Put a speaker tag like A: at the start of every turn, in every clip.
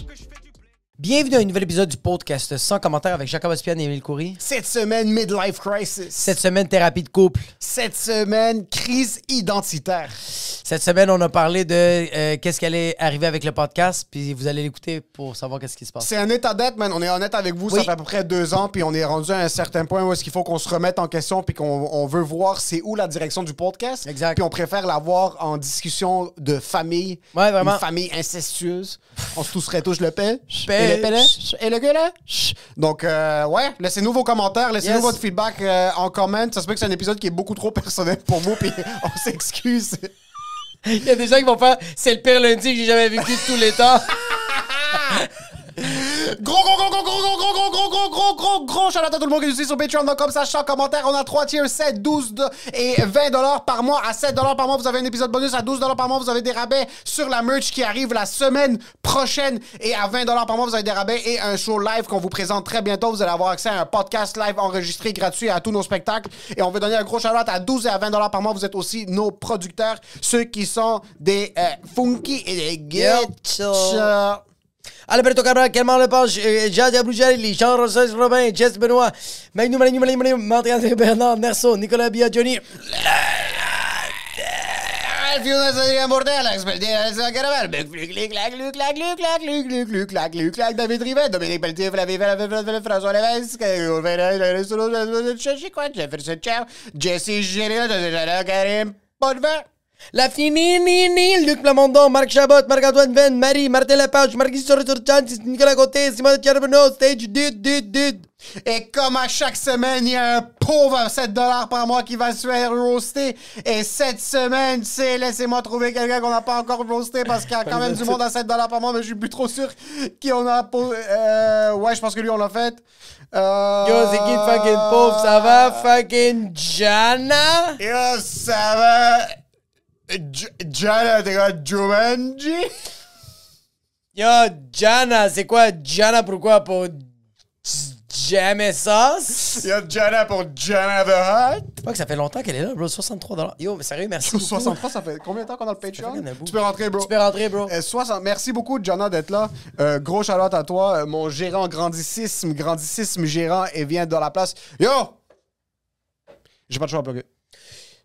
A: que je fais du blé.
B: Bienvenue à un nouvel épisode du podcast sans commentaire avec Jacob Aspian et Émile Coury.
C: Cette semaine, midlife crisis.
B: Cette semaine, thérapie de couple.
C: Cette semaine, crise identitaire.
B: Cette semaine, on a parlé de euh, qu'est-ce qui allait arriver avec le podcast, puis vous allez l'écouter pour savoir qu'est-ce qui se passe.
C: C'est un état d'être, man. On est honnête avec vous.
B: Oui.
C: Ça fait à peu près deux ans, puis on est rendu à un certain point où est-ce qu'il faut qu'on se remette en question, puis qu'on on veut voir c'est où la direction du podcast.
B: Exact.
C: Puis on préfère l'avoir en discussion de famille.
B: Ouais, vraiment.
C: Une famille incestueuse. on se tousserait tous, je le paie.
B: paie.
C: Et le paie, là. Et le gars, là. Donc, euh, ouais, laissez-nous vos commentaires, laissez-nous
B: Yes.
C: votre feedback euh, en comment. Ça se peut que c'est un épisode qui est beaucoup trop personnel pour vous, puis on s'excuse.
B: Il y a des gens qui vont faire c'est le pire lundi que j'ai jamais vécu de tous les temps.
C: Gros, gros, gros, gros, gros, gros, gros, gros, gros, gros, gros, gros, gros, shout-out à tout le monde qui nous suit sur Patreon.com, sachant en commentaire, on a 3 tiers, 7, 12 de- et 20 dollars par mois. À 7 dollars par mois, vous avez un épisode bonus. À 12 dollars par mois, vous avez des rabais sur la merch qui arrive la semaine prochaine. Et à 20 dollars par mois, vous avez des rabais et un show live qu'on vous présente très bientôt. Vous allez avoir accès à un podcast live enregistré gratuit à tous nos spectacles. Et on veut donner un gros shout-out à 12 et à 20 dollars par mois. Vous êtes aussi nos producteurs, ceux qui sont des euh, funky et des
B: Ghetto. Alberto Cabral, Kelman Lepage, euh, Jazz Aboujalili, Jean-Rosès Robin, Jess Benoît, Magnou Malagnou Malagnou Malagnou, Marc-André Bernard, Nerso, Nicolas Biagioni.
C: Alf Jonas är en bordell, expedierade saker av Albeck. Flyg, lyg, klack, lyg, klack, lyg, klack, lyg, lyg, lyg, klack, lyg, klack, David Rivet, Dominique Pelletier, Flavie, Flavie, Flavie, Flavie, François Lévesque, Olivier, Olivier, Solo, Solo, Chichi, Quan, Jefferson, Chow, Jesse, Géliot, Karim, Bonnefer.
B: La Fini, Ni, Ni, Luc Plamondon, Marc Chabot, Marc-Antoine Venn, Marie, Martin Lepage, Marquis Sorsorchantis, Nicolas Côté, Simon Charbonneau, Stage Dude, Dude, Dude.
C: Et comme à chaque semaine, il y a un pauvre 7 par mois qui va se faire roaster. Et cette semaine, c'est laissez-moi trouver quelqu'un qu'on n'a pas encore roasté parce qu'il y a quand même du monde à 7 par mois, mais je suis plus trop sûr qui on a. po- Euh, ouais, je pense que lui, on l'a fait. Euh...
B: Yo, c'est qui le fucking pauvre, ça va? Fucking Jana?
C: Yo, ça va. J- Jana, t'es quoi, Jumanji?
B: Yo, Jana, c'est quoi Jana? Pourquoi pour J- jamais sauce?
C: Yo, Jana pour Jana the Hut.
B: Je crois que ça fait longtemps qu'elle est là, bro. 63 dollars. Yo, mais sérieux, merci. beaucoup.
C: 63, ça fait combien de temps qu'on a le
B: Ça fait
C: Patreon?
B: qu'on a beaucoup.
C: Tu peux rentrer, bro.
B: Tu peux rentrer, bro.
C: Euh, 60. Merci beaucoup, Jana, d'être là. Euh, gros shout-out à toi. Euh, mon gérant grandicisme, grandicisme gérant, et vient dans la place. Yo! J'ai pas de choix à plugger.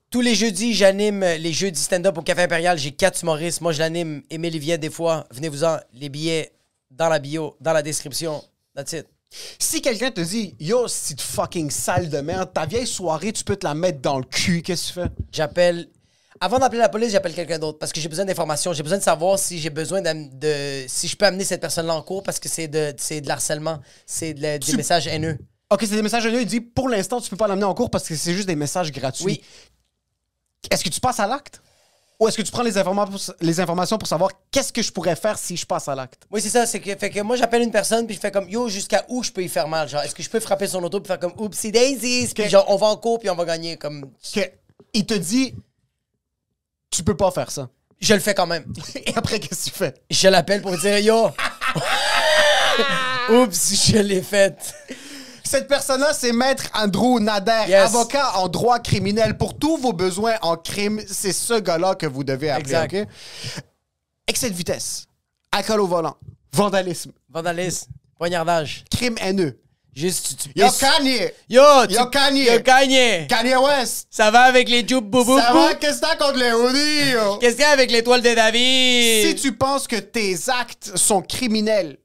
B: Tous les jeudis, j'anime les jeudis stand-up au Café Impérial. J'ai quatre humoristes. Moi, je l'anime. Émile, il vient des fois. Venez-vous-en. Les billets dans la bio, dans la description. That's it.
C: Si quelqu'un te dit, yo, c'est de fucking sale de merde, ta vieille soirée, tu peux te la mettre dans le cul, qu'est-ce que tu fais?
B: J'appelle. Avant d'appeler la police, j'appelle quelqu'un d'autre parce que j'ai besoin d'informations. J'ai besoin de savoir si j'ai besoin d'am- de. si je peux amener cette personne-là en cours parce que c'est de, c'est de l'harcèlement. C'est de la- des messages haineux.
C: Ok, c'est des messages haineux. Il dit, pour l'instant, tu peux pas l'amener en cours parce que c'est juste des messages gratuits.
B: Oui.
C: Est-ce que tu passes à l'acte? Ou est-ce que tu prends les, informa- les informations pour savoir qu'est-ce que je pourrais faire si je passe à l'acte?
B: Oui, c'est ça. C'est que, fait que moi, j'appelle une personne, puis je fais comme Yo, jusqu'à où je peux y faire mal Genre, est-ce que je peux frapper son auto, puis faire comme Oupsie Daisies Puis
C: Ok.
B: genre, on va en cours, puis on va gagner. comme
C: que il te dit tu peux pas faire ça.
B: Je le fais quand même.
C: Et après qu'est-ce que tu fais
B: Je l'appelle pour dire Yo Oups, je l'ai faite.
C: Cette personne-là, c'est Maître Andrew Nader,
B: Yes.
C: avocat en droit criminel. Pour tous vos besoins en crime, c'est ce gars-là que vous devez appeler.
B: Exact.
C: ok? Excès de vitesse, alcool au volant, vandalisme,
B: Vandalisme, poignardage.
C: crime haineux.
B: Juste, tu, tu
C: Yo
B: pisses-
C: Kanye,
B: Yo, tu-
C: Yo, Kanye.
B: Yo, Kanye.
C: Kanye West,
B: Ça va avec les jupes boubou.
C: ça va Qu'est-ce que t'as contre les hoodies yo?
B: Qu'est-ce qu'il y a avec l'étoile de David?
C: Si tu penses que tes actes sont criminels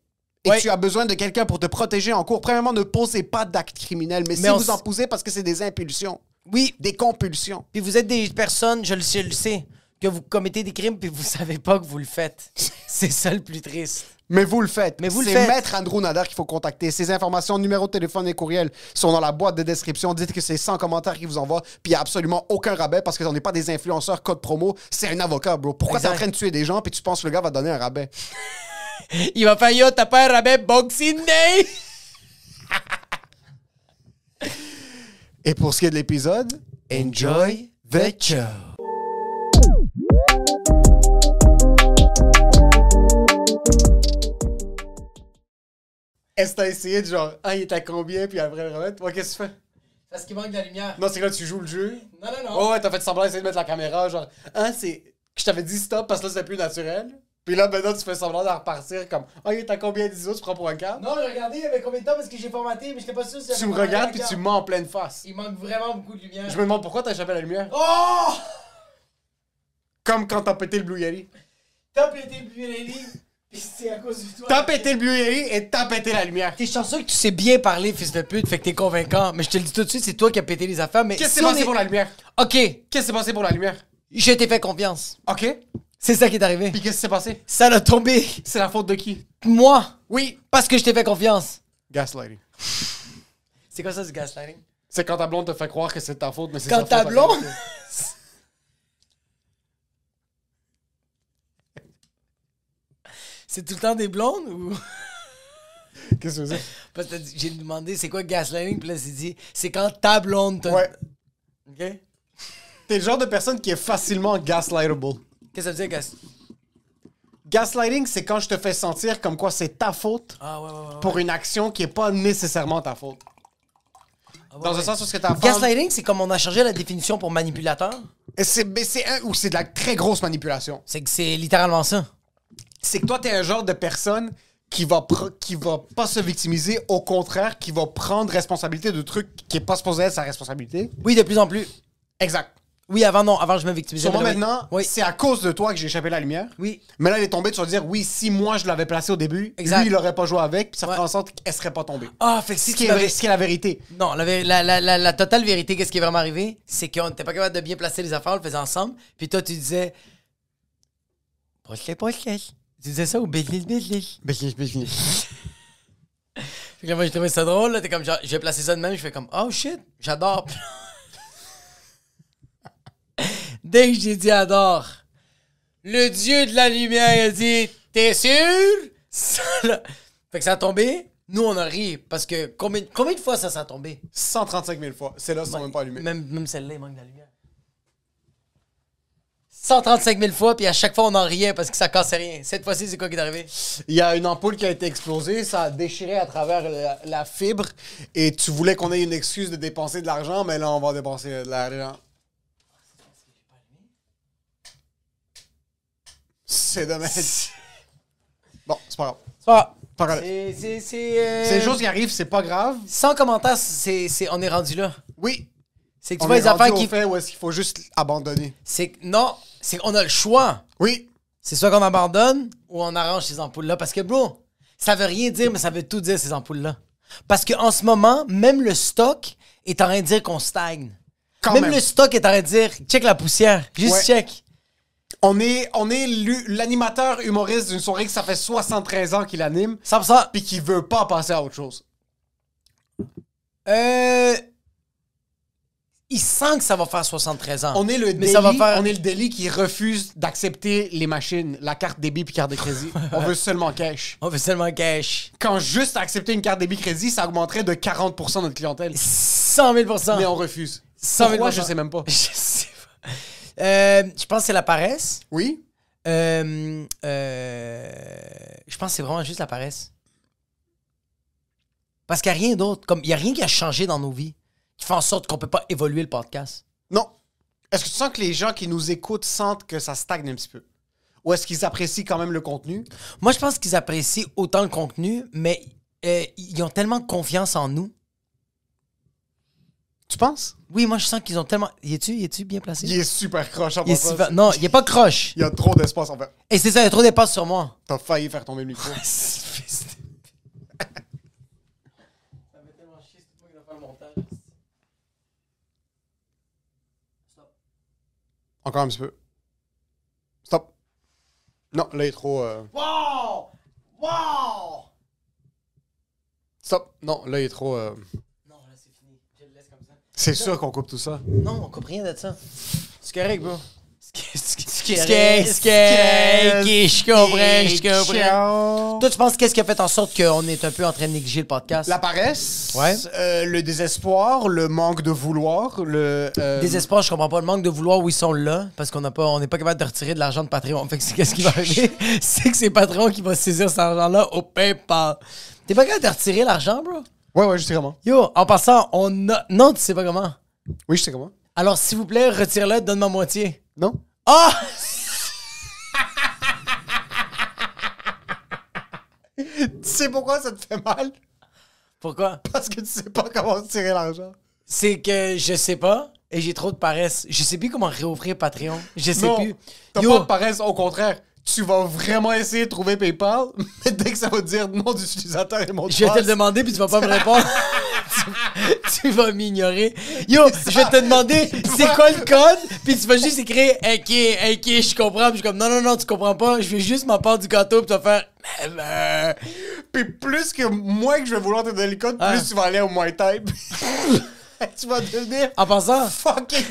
C: et
B: Ouais.
C: tu as besoin de quelqu'un pour te protéger en cours, premièrement, ne posez pas d'actes criminels. Mais, si
B: Mais on
C: vous
B: s-
C: en posez, parce que c'est des impulsions,
B: Oui,
C: des compulsions.
B: puis vous êtes des personnes, je le, je le sais, que vous commettez des crimes, puis vous savez pas que vous le faites. C'est ça le plus triste.
C: Mais vous le faites.
B: Mais vous le
C: c'est
B: faites.
C: Maître Andrew Nader qu'il faut contacter. Ses informations, numéro de téléphone et courriel sont dans la boîte de description. Dites que c'est 100 commentaires qu'il vous envoie. Puis il n'y a absolument aucun rabais parce que on n'est pas des influenceurs code promo. C'est un avocat, bro. Pourquoi t'es en
B: Exact.
C: train de tuer des gens puis tu penses que le gars va donner un rabais?
B: Il va faire yo, t'as pas un rabais Boxing Day?
C: Et pour ce qui est de l'épisode, enjoy the show. Est-ce que t'as essayé de genre, ah, il est à combien, puis après le remettre? Ouais, qu'est-ce que tu fais?
B: Parce qu'il manque de la lumière.
C: Non, c'est que là, tu joues le jeu.
B: Non, non, non.
C: Oh, ouais, t'as fait semblant d'essayer de mettre la caméra, genre, ah, c'est. Je t'avais dit stop parce que là, c'était plus naturel. Puis là, maintenant, tu fais semblant de repartir comme, ah, il est à combien d'ISO, tu prends pour un quart?
B: Non, j'ai regardé, il y avait combien de temps parce que j'ai formaté, mais j'étais pas sûr si
C: Tu me regardes, puis tu mens en pleine face.
B: Il manque vraiment beaucoup de lumière.
C: Je me demande pourquoi t'as échappé à la lumière.
B: Oh!
C: Comme quand t'as pété le Blue Yeti.
B: T'as pété le Pirelli, pis c'est à cause de toi.
C: T'as pété le Blue Yeti et t'as pété la lumière.
B: T'es chanceux que tu sais bien parler, fils de pute, fait que t'es convaincant. Mais je te le dis tout de suite, c'est toi qui as pété les affaires. Mais
C: Qu'est-ce qui
B: si
C: s'est
B: on
C: passé
B: est-
C: pour la lumière?
B: Ok,
C: Qu'est-ce qui s'est passé pour la lumière?
B: je t'ai fait confiance.
C: OK.
B: C'est ça qui est arrivé.
C: Puis qu'est-ce qui s'est passé?
B: Ça l'a tombé.
C: C'est la faute de qui?
B: Moi,
C: Oui.
B: parce que je t'ai fait confiance.
C: Gaslighting.
B: C'est quoi ça du gaslighting?
C: C'est quand ta blonde te fait croire que c'est de ta faute, mais c'est
B: Quand
C: sa faute
B: ta
C: en
B: blonde-
C: réalité.
B: C'est tout le temps des blondes ou.
C: Qu'est-ce que c'est?
B: Parce que t'as dit- j'ai demandé c'est quoi gaslighting, puis là, c'est dit c'est quand ta blonde te.
C: Ouais.
B: Ok? Qu'est-ce
C: T'es le genre de personne qui est facilement gaslightable.
B: que ça veut dire gas.
C: Gaslighting, c'est quand je te fais sentir comme quoi c'est ta faute
B: Ah ouais, ouais, ouais. ouais.
C: pour une action qui est pas nécessairement ta faute.
B: Ah ouais,
C: Dans
B: ouais.
C: le sens où ce que ta femme...
B: Gaslighting, c'est comme on a changé la définition pour manipulateur.
C: C'est mais c'est un- ou c'est de la très grosse manipulation.
B: C'est que c'est littéralement ça.
C: c'est que toi, t'es un genre de personne qui va, pr- qui va pas se victimiser, au contraire, qui va prendre responsabilité de trucs qui est pas supposé être sa responsabilité.
B: Oui, de plus en plus.
C: Exact.
B: Oui, avant non, avant je me victimisais.
C: Sur moi
B: mais oui.
C: maintenant,
B: Oui.
C: c'est à cause de toi que j'ai échappé la lumière.
B: Oui.
C: Mais là, elle est tombée, tu vas dire, oui, si moi je l'avais placé au début,
B: Exact.
C: lui, il aurait pas joué avec, puis ça
B: Ouais.
C: ferait en sorte qu'elle serait pas tombée.
B: Ah, fait que si
C: Ce qui,
B: tu
C: est,
B: m'avais-
C: vrai- ce qui est la vérité.
B: Non, la, vé- la, la, la, la totale vérité, qu'est-ce qui est vraiment arrivé? C'est qu'on n'était pas capable de bien placer les affaires, on le faisait ensemble. Puis toi, tu disais. Proche, proche. Tu disais ça au business, business. Fait que là, moi, j'ai trouvé ça drôle. là. T'es comme, genre, je vais placer ça de même. Je fais comme, oh shit, j'adore. Dès que j'ai dit adore, le dieu de la lumière a dit, t'es sûr? Ça, là. Fait que ça a tombé. Nous, on a ri parce que combien, combien de fois ça s'est tombé?
C: 135 000 fois. C'est là, ils sont même pas allumés.
B: Même, même celle-là, il manque de la lumière. 135 000 fois, puis à chaque fois, on en riait parce que ça cassait rien. Cette fois-ci, c'est quoi qui est arrivé?
C: Il y a une ampoule qui a été explosée, ça a déchiré à travers la, la fibre et tu voulais qu'on ait une excuse de dépenser de l'argent, mais là on va dépenser de l'argent. C'est dommage. Bon, c'est pas grave.
B: Ça,
C: Pas grave.
B: c'est. C'est c'est, euh,
C: C'est des choses qui arrivent, c'est pas grave.
B: Sans commentaire, c'est, c'est- on est rendu là.
C: Oui.
B: C'est que tu
C: On
B: vois
C: est
B: les affaires
C: rendu
B: qui.
C: au fait où est-ce qu'il faut juste abandonner.
B: C'est que- non, c'est qu'on a le choix.
C: Oui.
B: C'est soit qu'on abandonne ou on arrange ces ampoules-là. Parce que, bro, ça veut rien dire, mais ça veut tout dire, ces ampoules-là. Parce qu'en ce moment, même le stock est en train de dire qu'on stagne.
C: Quand
B: même,
C: même.
B: le stock est en train de dire check la poussière. Juste
C: Ouais.
B: check.
C: On est, on est l'u- l'animateur humoriste d'une soirée que ça fait 73 ans qu'il anime,
B: 100%.
C: puis qui veut pas passer à autre chose.
B: Euh. Il sent que ça va faire 73 ans.
C: On est le
B: Mais
C: délit,
B: ça va faire-
C: on est le délit qui refuse d'accepter les machines, la carte débit puis carte de crédit. on veut seulement cash.
B: On veut seulement cash.
C: Quand juste accepter une carte débit crédit, ça augmenterait de 40% notre clientèle.
B: 100 000
C: Mais on refuse.
B: 100 000
C: Pourquoi, je sais même pas.
B: Je sais pas. Euh, je pense que c'est la paresse.
C: Oui?
B: Euh, euh, je pense que c'est vraiment juste la paresse. Parce qu'il n'y a rien d'autre. Comme, il n'y a rien qui a changé dans nos vies qui fait en sorte qu'on peut pas évoluer le podcast.
C: Non. Est-ce que tu sens que les gens qui nous écoutent sentent que ça stagne un petit peu? Ou est-ce qu'ils apprécient quand même le contenu?
B: Moi, je pense qu'ils apprécient autant le contenu, mais euh, ils ont tellement de confiance en nous.
C: Tu penses?
B: Oui, moi, je sens qu'ils ont tellement. Y est-tu, y est-tu bien placé?
C: Il est super croche en
B: Il est
C: passant.
B: super- Non, il n'est pas croche.
C: Il y a trop d'espace en fait.
B: Et c'est ça, il y a trop d'épasse sur moi.
C: T'as failli faire tomber le micro. Encore un petit peu. Stop. Non, là, il est trop. euh,
B: Wow! Wow!
C: Stop. Non, là, il est trop. euh,
B: Non, là, c'est fini. Je le laisse comme ça.
C: C'est sûr qu'on coupe tout ça.
B: Non, on comprend rien de ça. C'est correct, bro. C'est- c'est- c'est- Skate, skate, je comprends, je comprends. Toi, tu penses qu'est-ce qui a fait en sorte qu'on est un peu en train de négliger le podcast?
C: La paresse,
B: Ouais.
C: euh, le désespoir, le manque de vouloir, le... euh,
B: Désespoir, je comprends pas. Le manque de vouloir, où ils sont là, parce qu'on n'a pas, on n'est pas capable de retirer de l'argent de Patreon. Fait que c'est qu'est-ce qui va arriver? c'est que c'est Patreon qui va saisir cet argent-là au PayPal. T'es pas capable de retirer l'argent, bro?
C: Ouais, ouais, je sais comment.
B: Yo, en passant, on a. Non, tu sais pas comment.
C: Oui, je sais comment.
B: Alors, s'il vous plaît, retire-le, donne ma moitié.
C: Non?
B: Ah!
C: Tu sais pourquoi ça te fait mal?
B: Pourquoi?
C: Parce que tu sais pas comment tirer l'argent.
B: C'est que je sais pas et j'ai trop de paresse. Je sais plus comment réouvrir Patreon. Je sais
C: Non,
B: plus.
C: t'as
B: Yo,
C: pas de paresse, au contraire. Tu vas vraiment essayer de trouver PayPal, mais dès que ça va dire nom d'utilisateur et mot de
B: je vais te le
C: passe,
B: demander puis tu vas pas me répondre. tu, tu vas m'ignorer. Yo, je vais te demander c'est quoi le code puis tu vas juste écrire OK, OK, je comprends. Puis je suis comme non non non, tu comprends pas, je veux juste ma part du gâteau puis tu vas faire Euh,
C: Puis plus que moins que je vais vouloir te donner le code,
B: Ah.
C: plus tu vas aller au Muay Thai. tu vas devenir
B: en passant,
C: fucking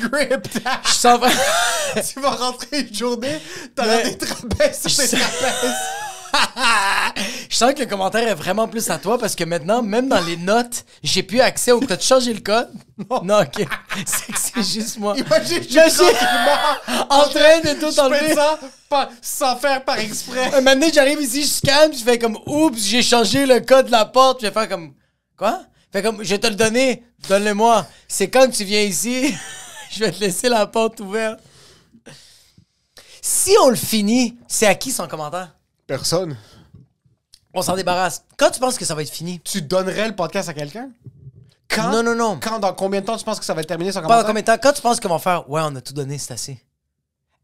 C: gripped.
B: je sens vraiment-
C: tu vas rentrer une journée, t'as
B: Mais-
C: l'air des trapèzes sur tes
B: sais-
C: trapèzes.
B: Je sens que le commentaire est vraiment plus à toi parce que maintenant, même dans les notes, j'ai plus accès au. T'as changé le code? Non. ok. C'est que c'est juste moi.
C: Imagine, je
B: Je
C: suis
B: suis
C: tranquillement
B: en train de tout
C: Je fais
B: enlever.
C: ça par- sans faire par exprès.
B: Un moment donné, j'arrive ici, je scanne, puis je fais comme Oups, j'ai changé le code de la porte. Puis je vais faire comme Quoi? Fait comme Je vais te le donner, donne-le-moi. C'est quand que tu viens ici, je vais te laisser la porte ouverte. Si on le finit, c'est à qui son commentaire?
C: Personne.
B: On s'en débarrasse. Quand tu penses que ça va être fini?
C: Tu donnerais le podcast à quelqu'un? Quand?
B: Non, non, non.
C: Quand, dans combien de temps tu penses que ça va être terminé sans
B: Pendant
C: commentaire?
B: combien de temps? Quand tu penses qu'on va faire Ouais, on a tout donné, c'est assez.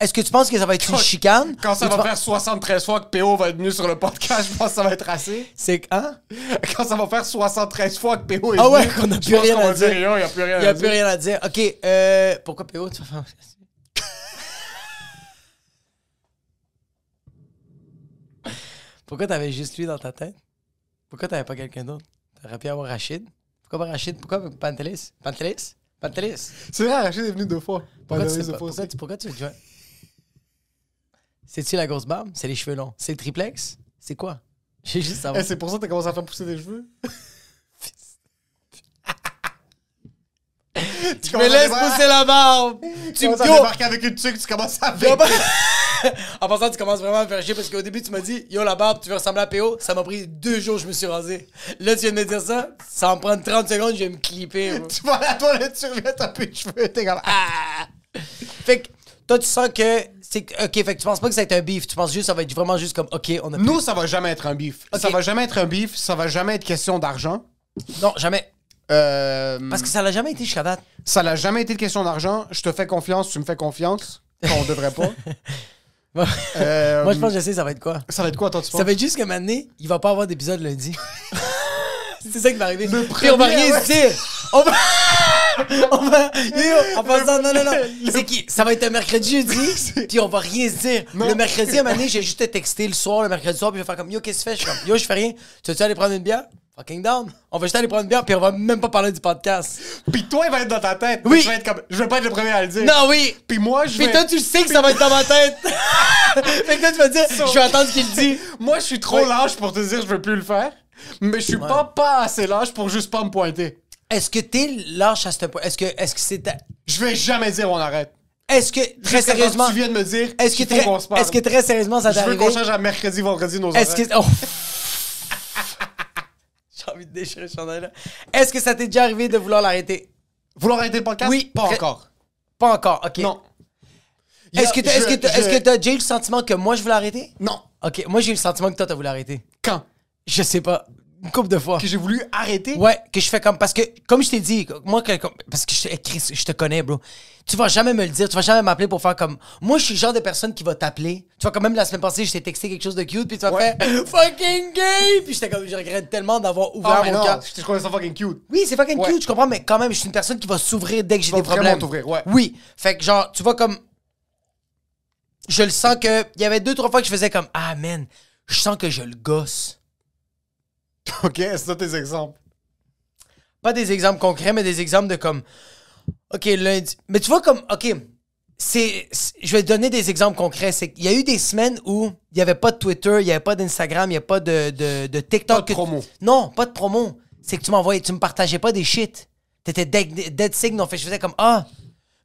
B: Est-ce que tu penses que ça va être une chicane?
C: Quand ça
B: Ou tu
C: va
B: pen-
C: faire 73 fois que PO va être venu sur le podcast, je pense que ça va être assez.
B: C'est que, hein?
C: Quand ça va faire 73 fois que PO est
B: Ah ouais,
C: venu,
B: qu'on a
C: je
B: plus
C: pense
B: rien
C: qu'on
B: à
C: va
B: dire.
C: dire, yo, y a plus rien
B: Il n'y a
C: à
B: plus
C: dire.
B: rien à dire. OK, euh, pourquoi PO, tu vas faire. Pourquoi t'avais juste lui dans ta tête? Pourquoi t'avais pas quelqu'un d'autre? T'aurais pu avoir Rachid? Pourquoi pas Rachid? Pourquoi Pantelis? Pantelis? Pantelis?
C: C'est vrai, Rachid est venu deux fois.
B: Pourquoi,
C: Ouais,
B: tu,
C: deux
B: sais pas-
C: fois
B: pourquoi
C: aussi.
B: tu- pourquoi tu veux te joindre? C'est-tu la grosse barbe? C'est les cheveux longs? C'est le triplex? C'est quoi? J'ai juste à
C: Eh,
B: savoir.
C: C'est pour ça que t'as commencé à faire pousser des cheveux? tu
B: Je me laisse pousser la barbe!
C: Tu
B: Tu
C: commences
B: me
C: à
B: yo!
C: débarquer avec une tuque, tu commences à
B: yo,
C: avec.
B: bah- En passant, tu commences vraiment à me faire chier parce qu'au début, tu m'as dit Yo, la barbe, tu veux ressembler à PO? Ça m'a pris deux jours, je me suis rasé. Là, tu viens de me dire ça? Ça va me prendre 30 secondes, je vais me clipper. moi.
C: Tu vas à la toilette, tu reviens, t'as plus de cheveux, t'es comme... Ah,
B: Ah! Fait que, toi, tu sens que. c'est Ok, fait que tu penses pas que ça va être un beef. Tu penses juste que ça va être vraiment juste comme Ok, on a.
C: Nous, ça va jamais être un bif. Ça
B: Ok.
C: va jamais être un bif, ça va jamais être question d'argent.
B: Non, jamais.
C: Euh,
B: Parce que ça l'a jamais été jusqu'à date.
C: ça n'a jamais été de question d'argent. Je te fais confiance, tu me fais confiance. Quand on devrait pas. Euh,
B: Moi, je pense que je sais, ça va être quoi?
C: Ça va être quoi, toi, tu penses?
B: Ça va être juste que maintenant, il va pas avoir d'épisode lundi. C'est ça qui va arriver. Puis
C: premier,
B: on va rien
C: ouais.
B: se dire. On va. on va. Yo, en passant, non, non, non. C'est qui? Ça va être un mercredi, jeudi. puis on va rien se dire. Le mercredi, à un moment donné, j'ai juste à texter le soir, le mercredi soir, puis je vais faire comme Yo, qu'est-ce que tu fais? Je suis comme Yo, je fais rien. Tu veux-tu aller prendre une bière? Fucking down. On va juste aller prendre une bière, puis on va même pas parler du podcast.
C: Puis toi, il va être dans ta tête.
B: Oui.
C: Je vais être comme... Je vais pas être le premier à le dire.
B: Non, oui!
C: Puis moi, je
B: Puis
C: vais...
B: toi, tu le sais que ça va être dans ma tête. fait que toi, tu vas dire, je vais attendre qu'il le dit.
C: Moi, je suis trop
B: Oui.
C: lâche pour te dire je veux plus le faire, mais je suis pas, pas assez lâche pour juste pas me pointer.
B: Est-ce que t'es lâche à ce point? Est-ce que est-ce que c'est ta-
C: Je vais jamais dire on arrête.
B: est-ce que très
C: Jusqu'à temps que
B: sérieusement
C: Tu viens de me dire
B: est-ce que
C: qu'il faut
B: très
C: qu'on se parle.
B: est-ce que très sérieusement ça t'est
C: je veux
B: arrivé?
C: qu'on change à mercredi, vendredi nos
B: Est-ce
C: horaires.
B: que oh. J'ai envie de déchirer le chandail là. Est-ce que ça t'est déjà arrivé de vouloir l'arrêter?
C: Vouloir arrêter le podcast
B: Oui,
C: Pas
B: très-
C: encore.
B: Pas encore. OK.
C: Non.
B: Est-ce que t'as-
C: Je-
B: est-ce que t'as- est-ce
C: je-
B: que t'as déjà eu le sentiment que moi je voulais arrêter?
C: Non.
B: OK, moi j'ai eu le sentiment que toi t'as voulu arrêter.
C: Quand
B: Je sais pas. Une couple de fois.
C: Que j'ai voulu arrêter
B: Ouais, que je fais comme. Parce que, comme je t'ai dit, moi, que- comme- parce que je, eh, Chris, je te connais, bro. Tu vas jamais me le dire, tu vas jamais m'appeler pour faire comme. Moi, je suis le genre de personne qui va t'appeler. Tu vois, quand même, la semaine passée, je t'ai texté quelque chose de cute, puis tu vas
C: Ouais.
B: faire fucking gay! Puis j'étais comme, je regrette tellement d'avoir
C: Ah,
B: ouvert
C: mais
B: mon
C: non,
B: cœur.
C: je trouvais ça fucking cute.
B: Oui, c'est fucking
C: Ouais.
B: cute, je comprends, mais quand même, je suis une personne qui va s'ouvrir dès que j'ai
C: vas
B: des
C: vraiment
B: problèmes.
C: t'ouvrir, ouais.
B: Oui. Fait que, genre, tu vois, comme. Je le sens que. Il y avait deux, trois fois que je faisais comme, ah, man, je sens que je le gosse.
C: Ok, c'est ça tes exemples.
B: pas des exemples concrets, mais des exemples de comme, OK, lundi. Mais tu vois, comme, OK, c'est, c'est- je vais te donner des exemples concrets. C'est qu'il y a eu des semaines où il n'y avait pas de Twitter, il n'y avait pas d'Instagram, il n'y a pas de, de, de TikTok.
C: Pas de
B: que tu-
C: promo.
B: Non, pas de promo. C'est que tu m'envoyais, tu me partageais pas des shit. T'étais dead, dead signal. Fait que je faisais comme ah,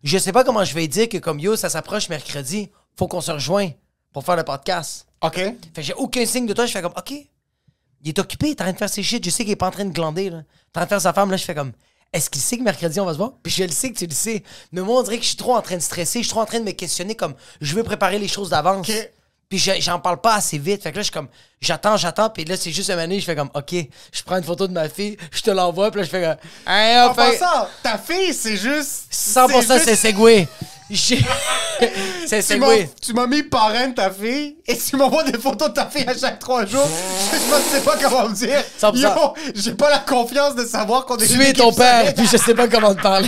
B: je sais pas comment je vais dire que comme yo, ça s'approche mercredi, faut qu'on se rejoigne pour faire le podcast.
C: OK.
B: Fait que j'ai aucun signe de toi. Je fais comme, OK, il est occupé, il est en train de faire ses shit. Je sais qu'il est pas en train de glander, là. Il est en train de faire sa femme, là. Je fais comme, est-ce qu'il sait que mercredi, on va se voir? Puis je le sais que tu le sais. Mais moi, on dirait que je suis trop en train de stresser. Je suis trop en train de me questionner comme, je veux préparer les choses d'avance.
C: OK.
B: Puis je- j'en parle pas assez vite. Fait que là, je suis comme, j'attends, j'attends. Puis là, c'est juste un moment donné, je fais comme, OK, je prends une photo de ma fille, je te l'envoie. Puis là, je fais comme, hey,
C: En
B: on fait-
C: passant, ta fille, c'est juste...
B: 100% c'est
C: juste-
B: Segway. J'ai- C'est
C: Tu m'as-
B: Segway.
C: Tu m'as mis parrain de ta fille et tu m'envoies des photos de ta fille à chaque trois jours. je sais pas comment me dire.
B: 100%.
C: Yo, j'ai pas la confiance de savoir qu'on est...
B: Tu
C: une
B: es
C: équipe
B: ton père,
C: solide.
B: puis je sais pas comment te parler.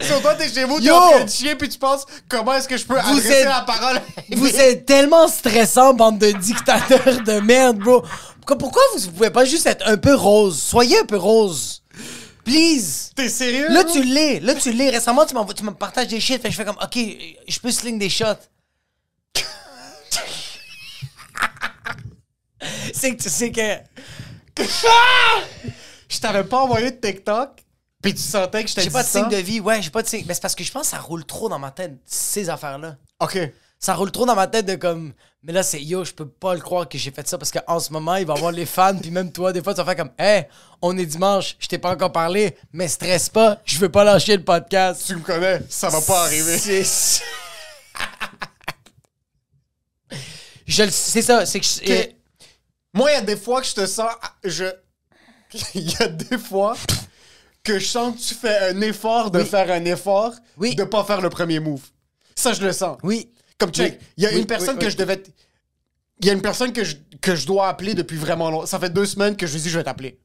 C: Sur toi, t'es chez vous, t'es
B: Yo!
C: en train de chier, puis tu penses comment est-ce que je peux adresser
B: êtes-
C: la parole à
B: Vous êtes tellement stressant, bande de dictateurs de merde, bro. Pourquoi- Pourquoi vous pouvez pas juste être un peu rose? Soyez un peu rose. Please.
C: T'es sérieux?
B: Là,
C: bro?
B: tu l'es. Là, tu l'es. Récemment, tu, m'envoies- tu me partages des shit. Fait que je fais comme, OK, je peux sling des shots. c'est que tu sais que...
C: Je t'avais pas envoyé de TikTok, puis tu sentais que je t'ai
B: J'ai
C: dit
B: pas de
C: ça.
B: signe de vie. Ouais, j'ai pas de signe. Mais c'est parce que je pense que ça roule trop dans ma tête, ces affaires-là.
C: OK.
B: ça roule trop dans ma tête de comme mais là c'est yo je peux pas le croire que j'ai fait ça parce qu'en ce moment il va y avoir les fans puis même toi des fois tu vas faire comme hey on est dimanche je t'ai pas encore parlé mais stresse pas je veux pas lâcher le podcast
C: Tu me connais, ça va pas arriver.
B: C'est- je le- c'est ça c'est que je- eh,
C: Que- Moi, il y a des fois que je te sens. Je. Il y a des fois que je sens que tu fais un effort de faire un effort
B: Oui.
C: de pas faire le premier move. Ça, je le sens.
B: oui
C: Comme check,
B: Oui.
C: il y a
B: Oui,
C: une personne
B: oui,
C: que
B: oui.
C: je devais. t- Il y a une personne que je, que je dois appeler depuis vraiment longtemps. Ça fait deux semaines que je lui dis je vais t'appeler.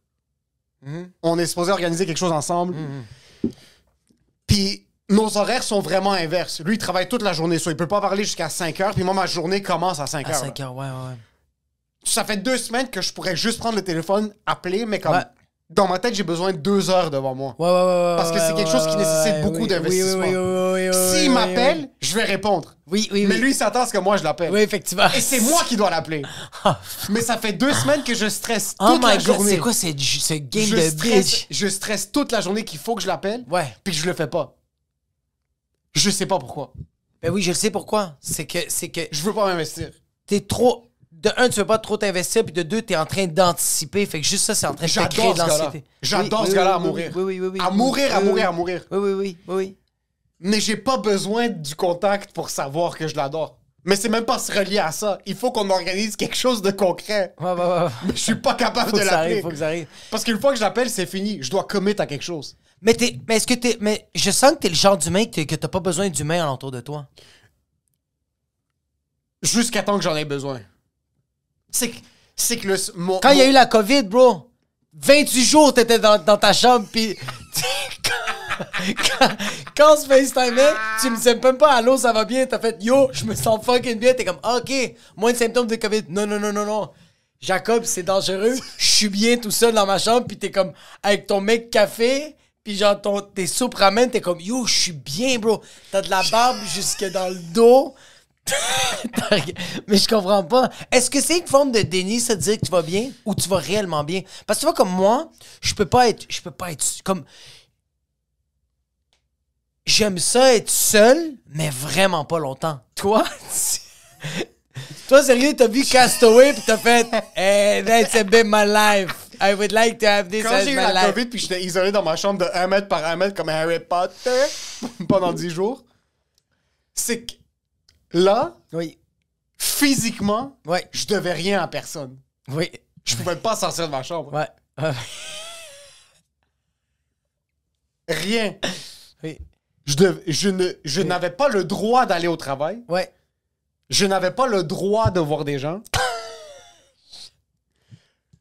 B: Mhm.
C: On est supposé organiser quelque chose ensemble. Puis nos horaires sont vraiment inverses. Lui, il travaille toute la journée, soit il peut pas parler jusqu'à 5 heures. Puis moi, ma journée commence à 5
B: à
C: heures. là.
B: 5 heures ouais ouais, ouais
C: Ça fait deux semaines que je pourrais juste prendre le téléphone, appeler, mais comme
B: Ouais.
C: dans ma tête, j'ai besoin de deux heures devant moi.
B: ouais ouais ouais
C: Parce que
B: ouais,
C: c'est quelque chose qui
B: ouais,
C: nécessite
B: ouais,
C: beaucoup
B: oui,
C: d'investissement.
B: oui, oui, oui, oui, oui, oui, oui,
C: S'il m'appelle, je vais répondre.
B: oui oui oui
C: Mais lui, il s'attend à ce que moi, je l'appelle.
B: oui effectivement
C: Et c'est moi qui dois l'appeler. Mais ça fait deux semaines que je stresse toute
B: Ah. oh
C: la
B: my god
C: journée.
B: c'est quoi ce ce game
C: je
B: de
C: stresse,
B: bridge
C: je stresse toute la journée qu'il faut que je l'appelle,
B: ouais
C: puis que je le fais pas. Je sais pas pourquoi.
B: Ben oui, je le sais pourquoi. C'est que c'est que
C: Je veux pas m'investir.
B: t'es trop. De un, tu veux pas trop t'investir, puis de deux, t'es en train d'anticiper. Fait que juste ça, c'est en train de te
C: J'adore
B: créer de
C: ce gars-là.
B: l'anxiété.
C: J'adore
B: Oui,
C: ce
B: oui,
C: gars-là à
B: oui,
C: mourir.
B: Oui, oui, oui, oui.
C: À mourir, à
B: Oui, oui,
C: mourir, à
B: oui.
C: mourir.
B: Oui, oui, oui, oui, oui.
C: mais j'ai pas besoin du contact pour savoir que je l'adore. Mais c'est même pas se relier à ça. Il faut qu'on organise quelque chose de concret.
B: Ouais, ouais, ouais, ouais.
C: Mais je suis pas capable
B: Faut
C: de
B: que ça arrive,
C: l'appeler.
B: faut que ça arrive.
C: Parce qu'une fois que je l'appelle, c'est fini. Je dois commit à quelque chose.
B: Mais, t'es- mais est-ce que t'es. Mais je sens que t'es le genre d'humain que t'es- que t'as pas besoin d'humain alentour de toi.
C: Jusqu'à temps que j'en ai besoin. C'est que, c'est que le. mon-
B: Quand il y a
C: mon-
B: eu la COVID, bro, 28 jours, t'étais dans, dans ta chambre, puis... quand, quand on se FaceTimait, tu me disais même pas « Allô, ça va bien? » T'as fait « Yo, je me sens fucking bien. » T'es comme « OK, moins de symptômes de COVID. » Non, non, non, non, non. Jacob, c'est dangereux. Je suis bien tout seul dans ma chambre, puis t'es comme avec ton mec café, puis genre ton, tes soupes ramènent, t'es comme « Yo, je suis bien, bro. » T'as de la barbe jusque dans le dos. Mais je comprends pas. Est-ce que c'est une forme de déni, ça, de dire que tu vas bien ou tu vas réellement bien? Parce que tu vois, comme moi, je peux pas être. Je peux pas être. Comme. J'aime ça être seul, mais vraiment pas longtemps. Toi, tu- Toi, sérieux, t'as vu Castaway pis t'as fait. eh, Hey, that's a bit my life. I would like to have this
C: Quand
B: as
C: j'ai eu
B: my
C: la
B: life.
C: COVID puis j'étais isolé dans ma chambre de 1 mètre par 1 mètre comme Harry Potter pendant 10 jours, c'est que là,
B: Oui.
C: physiquement,
B: Ouais.
C: je devais rien à personne.
B: Oui.
C: Je pouvais pas sortir de ma chambre.
B: Ouais. Ouais.
C: Rien.
B: Oui.
C: Je, dev- je, ne, je n'avais pas le droit d'aller au travail.
B: Ouais.
C: Je n'avais pas le droit de voir des gens.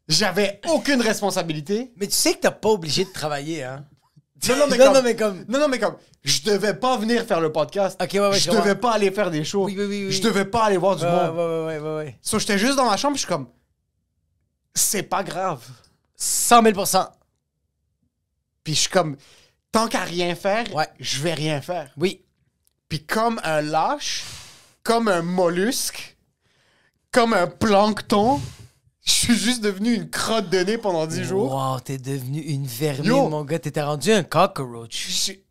C: J'avais aucune responsabilité.
B: Mais tu sais que t'as pas obligé de travailler, hein?
C: Non, non, mais
B: Non,
C: comme...
B: non, mais comme-
C: Non, non, mais comme... Je devais pas venir faire le podcast.
B: Ok, ouais, ouais, je
C: je
B: comprends.
C: devais pas aller faire des shows.
B: Oui, oui, oui, oui.
C: Je devais pas aller voir du
B: Ouais, ouais,
C: monde.
B: ouais, ouais, ouais, ouais.
C: So, j'étais juste dans ma chambre, je suis comme... C'est pas grave.
B: 100 000
C: Puis je suis comme... tant qu'à rien faire,
B: Ouais.
C: je vais rien faire.
B: Oui.
C: Puis comme un lâche, comme un mollusque, comme un plancton, je suis juste devenu une crotte de nez pendant 10 jours.
B: Wow, t'es devenu une vermine,
C: Yo.
B: mon gars. T'étais rendu un cockroach.
C: Je suis-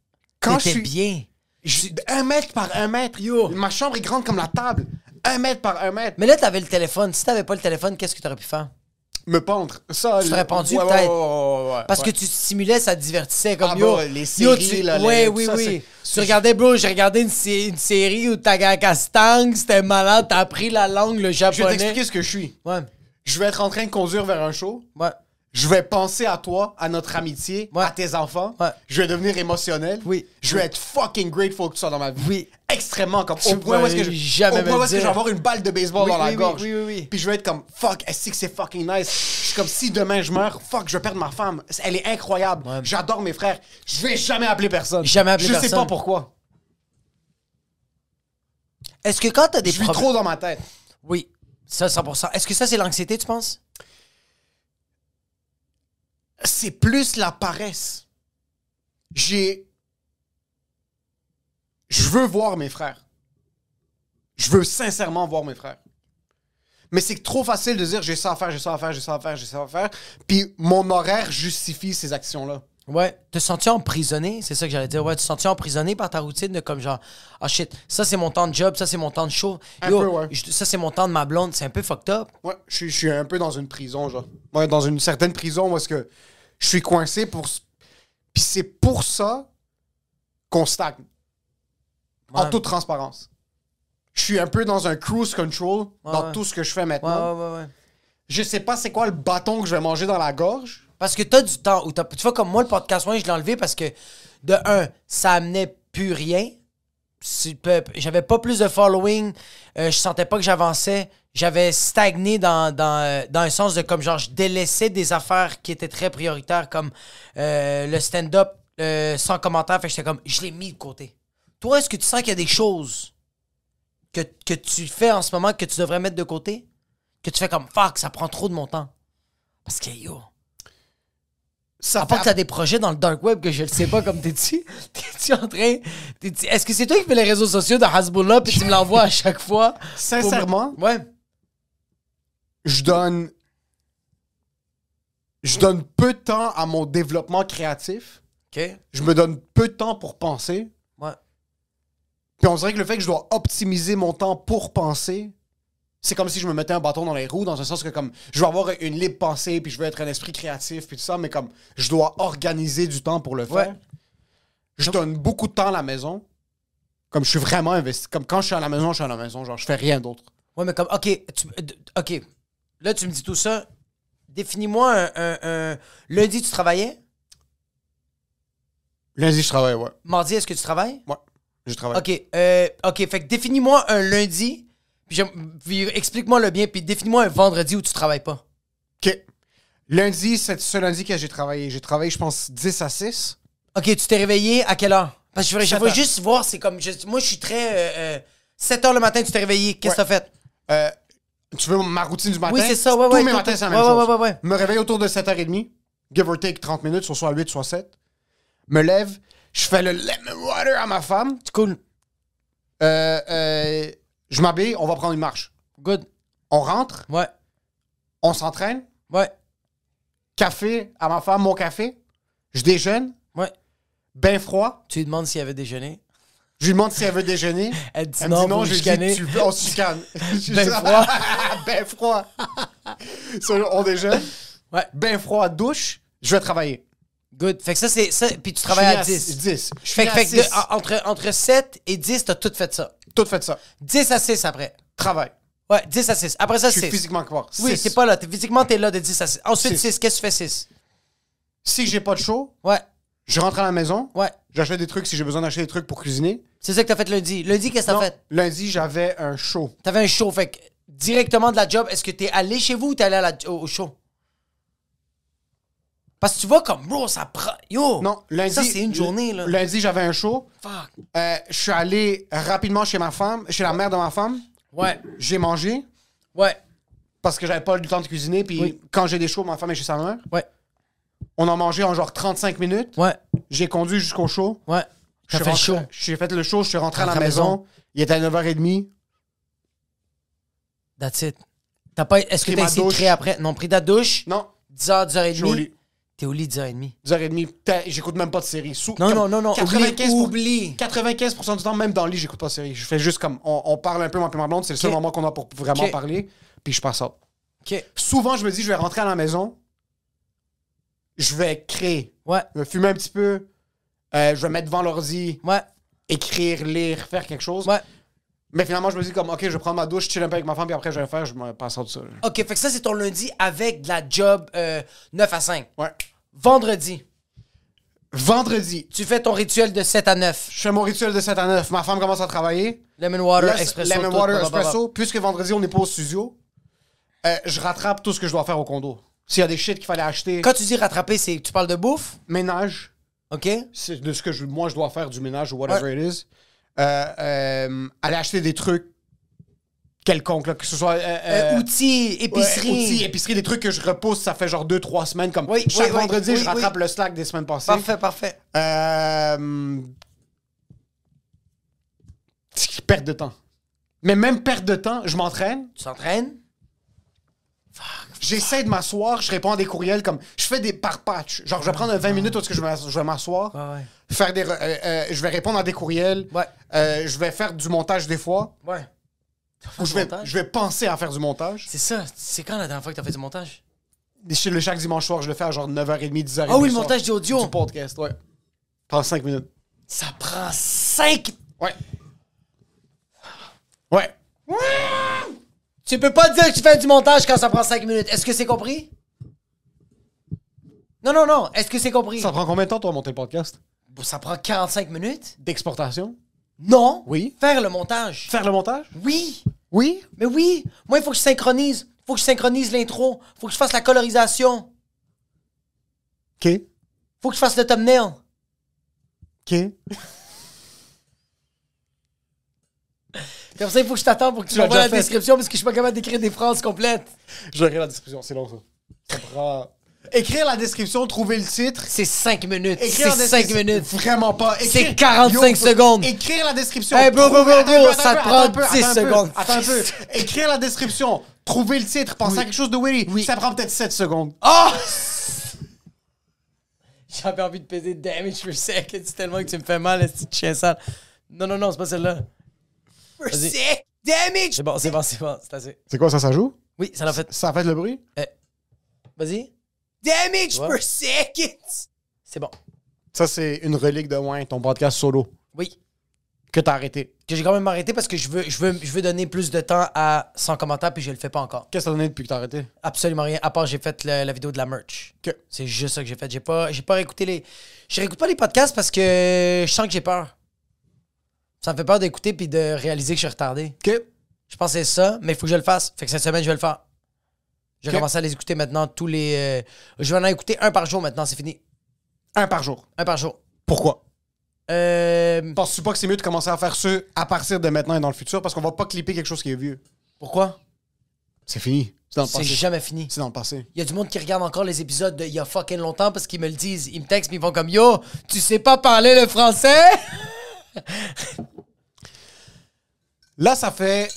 C: Quand je
B: T'étais
C: suis...
B: bien.
C: je- Un mètre par un mètre.
B: Yo.
C: Ma chambre est grande comme la table. Un mètre par un mètre.
B: Mais là, t'avais le téléphone. Si t'avais pas le téléphone, qu'est-ce que t'aurais pu faire?
C: Me pendre. Ça,
B: Tu
C: le-
B: serais pendu,
C: ouais, ouais,
B: peut-être.
C: ouais, ouais, ouais,
B: Parce
C: ouais.
B: que tu te stimulais, ça te divertissait comme
C: Ah
B: yo.
C: bah, les
B: yo,
C: séries,
B: tu-
C: là, les-
B: ouais,
C: tout
B: oui,
C: ça,
B: oui.
C: c'est-
B: Tu regardais, bro, j'ai regardé une, sé- une série où Tagakastang, c'était malade, t'as appris la langue, le
C: Je vais
B: japonais.
C: t'expliquer ce que je suis.
B: Ouais,
C: Je vais être en train de conduire vers un show.
B: ouais.
C: Je vais penser à toi, à notre amitié,
B: Ouais.
C: à tes enfants.
B: Ouais.
C: Je vais devenir émotionnel.
B: Oui.
C: Je vais être fucking grateful que tu sois dans ma vie.
B: Oui.
C: Extrêmement comme
B: Tu
C: au point où est-ce que je
B: vas jamais
C: au point
B: me
C: où est-ce que
B: dire.
C: je vais avoir une balle de baseball
B: Oui,
C: dans la
B: oui, oui,
C: gorge.
B: oui, oui, oui.
C: Puis je vais être comme fuck, est-ce que c'est fucking nice. Je suis comme si demain je meurs, fuck, je vais perdre ma femme. Elle est incroyable.
B: Ouais.
C: J'adore mes frères. Je vais jamais appeler personne.
B: Jamais appeler
C: Je sais
B: personne.
C: pas pourquoi.
B: Est-ce que quand t'as des
C: Je suis
B: problèmes.
C: trop dans ma tête.
B: Oui, ça, 100%. Est-ce que ça, c'est l'anxiété, tu penses?
C: c'est plus la paresse. J'ai. Je veux voir mes frères. Je veux sincèrement voir mes frères. Mais c'est trop facile de dire j'ai ça à faire, j'ai ça à faire, j'ai ça à faire, j'ai ça à faire. Puis mon horaire justifie ces actions-là.
B: Ouais. Te sens-tu emprisonné? C'est ça que j'allais dire. Ouais, te sens-tu emprisonné par ta routine de comme genre, ah shit, ça c'est mon temps de job, ça c'est mon temps de show.
C: Un peu, ouais.
B: je- ça c'est mon temps de ma blonde. C'est un peu fucked up.
C: Ouais, je, suis- je suis un peu dans une prison, genre. Ouais, dans une certaine prison parce que je suis coincé pour. s- Puis c'est pour ça qu'on stagne. En
B: Ouais.
C: toute transparence. Je suis un peu dans un cruise control dans
B: ouais.
C: tout ce que je fais
B: Ouais,
C: maintenant.
B: ouais, ouais, ouais.
C: Je sais pas c'est quoi le bâton que je vais manger dans la gorge.
B: Parce que t'as du temps. Où t'as- tu vois, comme moi, le podcast, moi, je l'ai enlevé parce que, de un, ça amenait plus rien. C'est peu- J'avais pas plus de following. euh, je sentais pas que j'avançais. J'avais stagné dans, dans, euh, dans un sens de comme genre, je délaissais des affaires qui étaient très prioritaires, comme euh, le stand-up euh, sans commentaire. Fait que j'étais comme, je l'ai mis de côté. Toi, est-ce que tu sens qu'il y a des choses que, que tu fais en ce moment que tu devrais mettre de côté? Que tu fais comme, fuck, ça prend trop de mon temps. Parce que, yo,
C: Ça
B: à part que
C: fait-
B: t'as des projets dans le dark web que je le sais pas, comme t'es-tu, t'es-tu en train, t'es-tu- est-ce que c'est toi qui fais les réseaux sociaux de Hasbullah puis tu me l'envoies à chaque fois?
C: Sincèrement,
B: Pour me- Ouais.
C: je donne. Je donne peu de temps à mon développement créatif.
B: Ok.
C: Je me donne peu de temps pour penser.
B: Ouais.
C: Puis on dirait que le fait que je dois optimiser mon temps pour penser, c'est comme si je me mettais un bâton dans les roues, dans un sens que comme je veux avoir une libre pensée, puis je veux être un esprit créatif, puis tout ça, mais comme je dois organiser du temps pour le faire.
B: Ouais.
C: Je donne beaucoup de temps à la maison. Comme je suis vraiment investi. Comme quand je suis à la maison, je suis à la maison, genre je fais rien d'autre.
B: Ouais, mais comme, ok, tu- euh, d- ok. Là, tu me dis tout ça. Définis-moi un, un- un- Lundi, tu travaillais?
C: Lundi, je travaille, ouais.
B: Mardi, est-ce que tu travailles?
C: Ouais, je travaille.
B: Ok, euh, ok, fait que définis-moi un lundi, puis, j'aime- puis explique-moi le bien, puis définis-moi un vendredi où tu travailles pas.
C: OK. Lundi, c'est ce lundi que j'ai travaillé. J'ai travaillé, je pense, 10 à 6.
B: Ok, tu t'es réveillé à quelle heure? Parce que je voudrais- je
C: Sept
B: veux
C: heures.
B: juste voir, c'est comme. je- moi, je suis très. euh, 7 h le matin, tu t'es réveillé. Qu'est-ce que t'as fait?
C: Euh, tu veux ma routine du matin?
B: Oui, c'est ça, ouais,
C: Tous
B: ouais,
C: mes
B: tout-
C: matins, c'est la
B: ouais,
C: même
B: ouais,
C: chose.
B: ouais, ouais, ouais.
C: Me réveille autour de 7h30, give or take 30 minutes, soit 8, soit 7. Me lève, je fais le lemon water à ma femme.
B: C'est cool.
C: Euh, euh, je m'habille, on va prendre une marche.
B: Good.
C: On rentre,
B: Ouais.
C: on s'entraîne.
B: Ouais.
C: Café à ma femme, mon café. Je déjeune,
B: Ouais.
C: ben froid.
B: Tu lui demandes s'il avait déjeuné.
C: Je lui demande si elle veut déjeuner.
B: Elle dit
C: Elle
B: non,
C: me dit non,
B: vous
C: je lui
B: chicanez.
C: dis, tu veux, on se chicane.
B: Ben froid.
C: ben froid. So, on déjeune.
B: Ouais.
C: Ben froid, douche, je vais travailler.
B: Good. Fait que ça, c'est. Ça, puis tu travailles à 10.
C: 10. Je
B: Fait,
C: finis
B: que-
C: à
B: fait que de-
C: 6.
B: en- entre, entre 7 et 10, t'as tout fait ça.
C: Tout fait ça.
B: 10 à 6 après.
C: Travail.
B: Ouais, 10 à 6. Après ça,
C: Je suis
B: 6.
C: physiquement fort.
B: Oui,
C: Six.
B: t'es pas là. T'es- physiquement, t'es là de 10 à 6. Ensuite,
C: Six.
B: 6. Qu'est-ce que tu fais 6?
C: Si j'ai pas de chaud,
B: Ouais.
C: je rentre à la maison.
B: Ouais.
C: J'achète des trucs si j'ai besoin d'acheter des trucs pour cuisiner.
B: C'est ça que t'as fait lundi. Lundi, qu'est-ce que t'as
C: Non,
B: fait?
C: Lundi, j'avais un show.
B: T'avais un show, fait que directement de la job, est-ce que t'es allé chez vous ou t'es allé à la- au, au show? Parce que tu vois comme, bro, ça prend. Yo!
C: Non, lundi.
B: Ça, c'est une journée, là.
C: Lundi, j'avais un show.
B: Fuck.
C: Euh, je suis allé rapidement chez ma femme, chez la mère de ma femme.
B: Ouais,
C: J'ai mangé
B: ouais,
C: parce que j'avais pas le temps de cuisiner. Puis
B: Oui.
C: quand j'ai des shows, ma femme est chez sa mère.
B: ouais.
C: On a mangé en genre 35 minutes.
B: Ouais,
C: J'ai conduit jusqu'au show.
B: ouais. T'as
C: Je suis
B: fait le
C: rentré-
B: show.
C: J'ai fait le show, je suis rentré à la
B: Rentré à la
C: maison.
B: maison.
C: Il était à 9h30.
B: That's it. T'as pas... Est-ce que
C: Pris
B: t'as
C: ma
B: essayé de
C: douche.
B: créer après? Non, pris ta douche,
C: Non,
B: 10h,
C: je suis au lit.
B: 10h30. T'es au lit 10h30.
C: 10h30. Putain, J'écoute même pas de série. Sous-
B: Non,
C: comme
B: non, non, non. Oublie,
C: 95 pour-
B: oublie.
C: 95% du temps, même dans le lit, j'écoute pas de série. Je fais juste comme. On, on parle un peu, moi et ma blonde. C'est le seul
B: Ok.
C: moment qu'on a pour vraiment
B: Ok.
C: parler. Puis je passe ça.
B: OK.
C: Souvent, je me dis, je vais rentrer à la maison. Je vais créer.
B: Ouais,
C: Je vais fumer un petit peu. euh, je vais mettre devant l'ordi,
B: ouais,
C: écrire, lire, faire quelque chose.
B: ouais.
C: Mais finalement, je me dis comme, OK, je vais prendre ma douche, chill un peu avec ma femme, puis après, je vais faire, je me passe ça tout seul.
B: OK, fait que ça, c'est ton lundi avec de la job euh, 9 à 5.
C: Ouais.
B: Vendredi,
C: Vendredi,
B: tu fais ton rituel de 7 à 9.
C: je fais mon rituel de 7 à 9. Ma femme commence à travailler.
B: Lemon water,
C: Là,
B: espresso.
C: lemon
B: tout,
C: water,
B: blablabla.
C: espresso. Puisque vendredi, on n'est pas au studio, euh, je rattrape tout ce que je dois faire au condo. S'il y a des shit qu'il fallait acheter,
B: Quand tu dis rattraper, c'est tu parles de bouffe,
C: ménage,
B: OK? Euh,
C: c'est de ce que je- moi je dois faire du ménage ou whatever it is. Euh, euh, aller acheter des trucs quelconques, là, que ce soit. euh, euh,
B: Euh, outils,
C: ouais,
B: épicerie.
C: outils, épicerie, des trucs que je repousse, ça fait genre 2-3 semaines. Comme
B: Oui,
C: chaque
B: oui, oui,
C: vendredi,
B: oui,
C: je
B: oui.
C: rattrape le slack des semaines passées.
B: Parfait, parfait.
C: Euh... Perte de temps. Mais même perte de temps, je m'entraîne,
B: Tu t'entraînes?
C: j'essaie de m'asseoir, je réponds à des courriels comme je fais des par patch. Genre, je vais prendre 20 minutes où est-ce que je vais m'ass- je vais m'asseoir,
B: Ouais, ouais.
C: faire des, re- euh, euh, je vais répondre à des courriels,
B: Ouais.
C: euh, je vais faire du montage des fois,
B: Ouais.
C: ou je vais,
B: montage?
C: je vais penser à faire du montage.
B: C'est ça. C'est quand la dernière fois que t'as fait du montage?
C: Chez le chaque dimanche soir, je le fais à genre 9h30, 10h.
B: Ah oui, le montage d'audio.
C: Du podcast, ouais. Prends 5 minutes.
B: Ça prend 5...
C: Ouais. Ouais.
B: Tu peux pas dire que tu fais du montage quand ça prend 5 minutes. Est-ce que c'est compris? Non, non, non. Est-ce que c'est compris?
C: Ça prend combien de temps, toi, à monter le podcast?
B: Bon, Ça prend 45 minutes?
C: D'exportation?
B: Non.
C: Oui.
B: Faire le montage.
C: Faire le montage?
B: Oui.
C: Oui.
B: Mais oui. Moi, il faut que je synchronise. Il faut que je synchronise l'intro. Il faut que je fasse la colorisation.
C: OK.
B: Il faut que je fasse le thumbnail.
C: OK.
B: Comme ça, il faut que je t'attends pour que tu
C: Tu l'as
B: m'envoies la
C: déjà fait.
B: description parce que je suis pas capable d'écrire des phrases complètes.
C: Je regarde la description, c'est long, ça. Ça prend... Écrire la description, trouver le titre...
B: C'est 5 minutes.
C: Écrire
B: C'est
C: la
B: 5
C: description,
B: minutes.
C: Vraiment pas. Écrire-
B: C'est 45
C: Yo,
B: secondes.
C: Écrire la description.
B: Hey, bro, bro, bro,
C: trouver-
B: bro,
C: attends
B: ça
C: un peu,
B: te
C: attends
B: prend
C: un peu, attends
B: 10
C: un peu,
B: secondes.
C: Attends un peu. Écrire la description, trouver le titre, penser à quelque chose de witty, ça prend peut-être 7 secondes.
B: Oh! J'avais envie de peser damage per second. C'est tellement que tu me fais mal, est-ce que tu chien sale. Non, non, non, c'est pas celle-là. Per
A: Vas-y.
B: sec- Damage! C'est bon, c'est bon, c'est bon, c'est assez.
C: C'est quoi, ça, ça joue?
B: Oui, ça l'a fait.
C: Ça fait le bruit?
B: Vas-y. Damage
A: Ouais.
B: per second! C'est bon.
C: Ça, c'est une relique de moins, ton podcast solo,
B: Oui.
C: que t'as arrêté.
B: Que j'ai quand même arrêté parce que je veux, je veux, je veux donner plus de temps à sans commentaire puis je le fais pas encore.
C: Qu'est-ce que t'as donné depuis que t'as arrêté?
B: Absolument rien, à part j'ai fait le- la vidéo de la merch.
C: Que-
B: C'est juste ça que j'ai fait. J'ai pas, j'ai pas réécouté les. Je réécoute pas les podcasts parce que je sens que j'ai peur. Ça me fait peur d'écouter puis de réaliser que je suis retardé.
C: OK.
B: Je pense que c'est ça, mais il faut que je le fasse. Fait que cette semaine, je vais le faire. Je vais
C: Ok.
B: commencer à les écouter maintenant tous les. euh, Je vais en écouter un par jour maintenant, c'est fini.
C: Un par jour.
B: Un par jour.
C: Pourquoi?
B: Euh,
C: Penses-tu pas que c'est mieux de commencer à faire ceux à partir de maintenant et dans le futur parce qu'on va pas clipper quelque chose qui est vieux?
B: Pourquoi?
C: C'est fini. C'est dans le
B: C'est
C: passé.
B: jamais fini.
C: C'est dans le passé.
B: Il y a du monde qui regarde encore les épisodes de- il y a fucking longtemps parce qu'ils me le disent. Ils me textent, puis ils font comme Yo, tu sais pas parler le français?
C: Là, ça fait.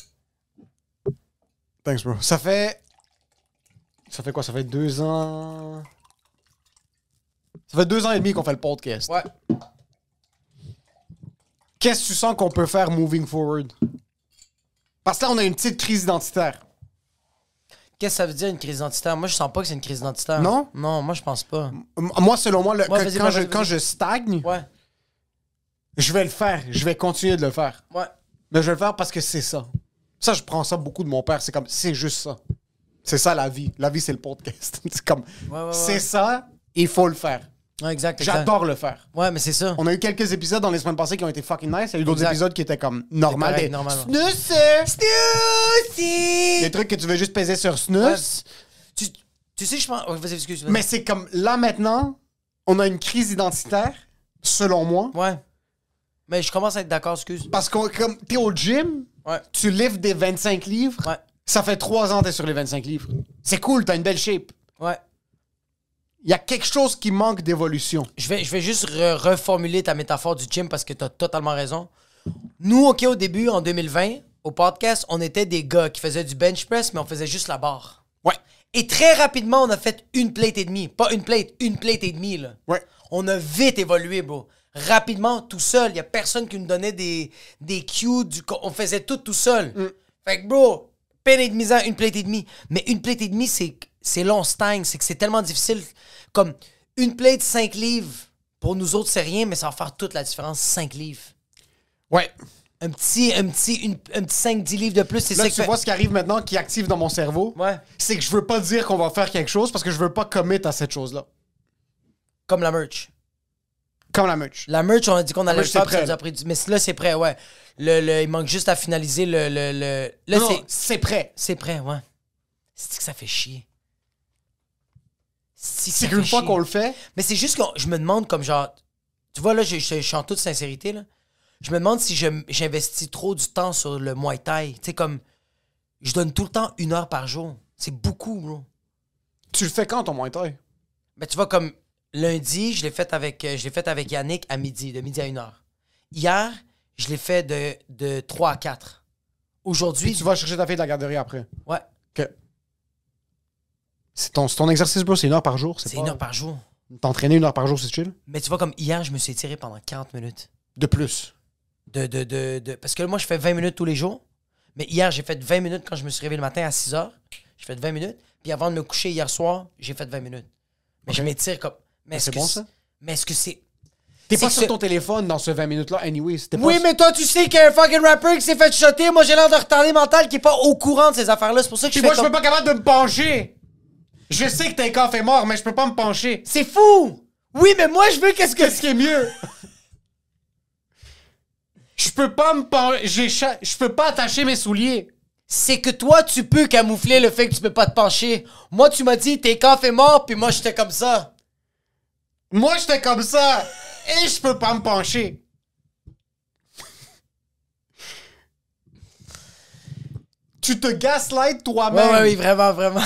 C: Thanks, bro. Ça fait. Ça fait quoi? Ça fait deux ans. Ça fait deux ans et demi qu'on fait le podcast.
B: Ouais.
C: Qu'est-ce que tu sens qu'on peut faire moving forward? Parce que là, on a une petite crise identitaire.
B: Qu'est-ce que ça veut dire une crise identitaire? Moi, je sens pas que c'est une crise identitaire.
C: Non?
B: Non, moi, je pense pas.
C: M- Moi, selon moi, le-
B: Ouais,
C: que-
B: vas-y,
C: quand,
B: vas-y,
C: je,
B: vas-y.
C: quand je stagne,
B: Ouais,
C: je vais le faire. Je vais continuer de le faire.
B: ouais.
C: Mais je vais le faire parce que c'est ça. Ça, je prends ça beaucoup de mon père. C'est comme, c'est juste ça. C'est ça la vie. La vie, c'est le podcast. c'est comme,
B: Ouais, ouais, ouais.
C: c'est ça, il faut le faire.
B: Ouais, exact. exact.
C: J'adore le faire.
B: Ouais, mais c'est ça.
C: On a eu quelques épisodes dans les semaines passées qui ont été fucking nice. Il y a eu d'autres
B: Exact.
C: épisodes qui étaient comme normal.
B: correct,
C: Des,
B: normal.
C: snus!
B: Snoozy!
C: Des trucs que tu veux juste peser sur snus.
B: Ouais. Tu, tu sais, je pense. ouais, vas-y, excuse. vas-y.
C: Mais c'est comme, là maintenant, on a une crise identitaire, selon moi.
B: Ouais. Mais je commence à être d'accord, excuse.
C: Parce que comme t'es au gym,
B: Ouais.
C: tu lifts des 25 livres.
B: Ouais.
C: Ça fait trois ans que t'es sur les 25 livres. C'est cool, t'as une belle shape.
B: Ouais.
C: Il y a quelque chose qui manque d'évolution.
B: Je vais, je vais juste re- reformuler ta métaphore du gym parce que tu as totalement raison. Nous, OK, au début, en 2020, au podcast, on était des gars qui faisaient du bench press, mais on faisait juste la barre.
C: Ouais.
B: Et très rapidement, on a fait une plate et demie. Pas une plate, une plate et demie, là.
C: Ouais.
B: On a vite évolué, bro. Rapidement, tout seul. Il n'y a personne qui nous donnait des, des cues. Du, co- on faisait tout tout seul.
C: Mm.
B: Fait que, bro, peine et demie, une plate et demie. Mais une plate et demie, c'est, c'est long, stagne. C'est que c'est tellement difficile. Comme une plate, 5 livres. Pour nous autres, c'est rien, mais ça va faire toute la différence. 5 livres.
C: Ouais.
B: Un petit, un petit, une- un petit 5-10 livres de plus, c'est
C: Là,
B: ça
C: tu
B: fait-
C: vois ce qui arrive maintenant, qui active dans mon cerveau.
B: Ouais.
C: C'est que je veux pas dire qu'on va faire quelque chose parce que je veux pas commit à cette chose-là.
B: Comme la merch.
C: Comme la merch.
B: La merch, on a dit qu'on allait le
C: merch, c'est
B: faire, puis ça
C: prêt,
B: nous a pris du- Mais là, c'est prêt, ouais. Le, le- il manque juste à finaliser le. le, le- Là,
C: Non,
B: c'est.
C: c'est prêt.
B: C'est prêt, ouais. C'est que ça fait chier. Si,
C: C'est qu'une fois qu'on le fait,
B: Mais c'est juste que je me demande, comme genre. Tu vois, là, je, je- je suis en toute sincérité, là. Je me demande si je- j'investis trop du temps sur le Muay Thai. Tu sais, comme. Je donne tout le temps une heure par jour. C'est beaucoup, bro.
C: tu le fais quand ton moins taille?
B: Ben, tu vois, comme lundi, je l'ai fait, avec, euh, je l'ai fait avec Yannick à midi, de midi à 1h. Hier, je l'ai fait de, de 3 à 4. Aujourd'hui,
C: Tu vas chercher ta fille de la garderie après.
B: ouais,
C: Ok. C'est ton, c'est ton exercice, bro. C'est une heure par jour.
B: c'est une heure par jour.
C: T'entraîner une heure par jour, c'est chill.
B: Mais tu vois, comme hier, je me suis étiré pendant 40 minutes.
C: De plus.
B: De, de, de, de- parce que moi, je fais 20 minutes tous les jours. Mais hier, j'ai fait 20 minutes quand je me suis réveillé le matin à 6 h. J'ai fait 20 minutes. Puis avant de me coucher hier soir, j'ai fait 20 minutes. Mais je m'étire comme. Mais est-ce
C: c'est
B: que
C: bon, ça?
B: Mais est-ce que c'est.
C: T'es
B: C'est
C: pas
B: que
C: sur
B: ce-
C: ton téléphone dans ce 20 minutes-là, anyways. T'es pas
B: Oui,
C: sur-
B: mais toi, tu sais qu'il y a un fucking rapper qui s'est fait shotter. Moi, j'ai l'air de retardé mental qui est pas au courant de ces affaires-là. C'est pour ça que je
C: Puis
B: fais
C: moi, je suis
B: comme-
C: pas capable de me pencher. Je sais que t'es coffre est mort, mais je peux pas me pencher.
B: C'est fou! Oui, mais moi, je veux qu'est-ce que...
C: Qu'est-ce qui est mieux? Je peux pas me pencher. j'ai cha- Je peux pas attacher mes souliers.
B: C'est que toi, tu peux camoufler le fait que tu peux pas te pencher. Moi, tu m'as dit, t'es quand fait mort, puis moi, j'étais comme ça.
C: Moi, j'étais comme ça. Et je peux pas me pencher. tu te gaslights
B: Ouais,
C: toi-même.
B: ouais, oui, vraiment, vraiment.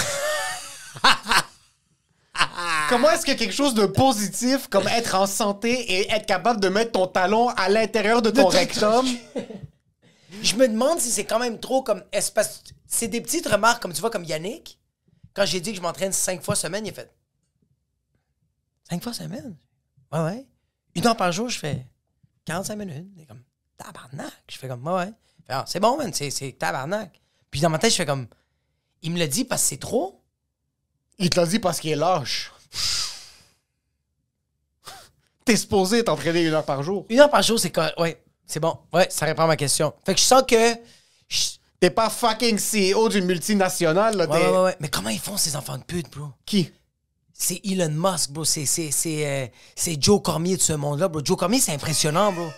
C: Comment est-ce que quelque chose de positif, comme être en santé et être capable de mettre ton talon à l'intérieur de ton
B: ton-
C: rectum,
B: Je me demande si c'est quand même trop comme... est-ce parce- C'est des petites remarques, comme tu vois, comme Yannick. Quand j'ai dit que je m'entraîne cinq fois semaine, il a fait... Cinq fois semaine? Ouais, ouais. Une heure par jour, je fais 45 minutes. Il est comme, tabarnak. Je fais comme, ouais, ouais. Il fait, Ah, c'est bon, man, c'est- c'est tabarnak. Puis dans ma tête, je fais comme... Il me le dit parce que c'est trop.
C: il te l'a dit parce qu'il est lâche. T'es supposé t'entraîner une heure par jour.
B: Une heure par jour, c'est correct. Ouais, c'est bon. Ouais, ça répond à ma question. Fait que je sens que. je-
C: T'es pas fucking E CEO d'une multinationale, là.
B: Ouais,
C: t'es-
B: ouais, ouais, ouais. Mais comment ils font ces enfants de pute, bro?
C: Qui?
B: C'est Elon Musk, bro. C'est, c'est, c'est, euh, c'est Joe Cormier de ce monde-là, bro. Joe Cormier, c'est impressionnant, bro.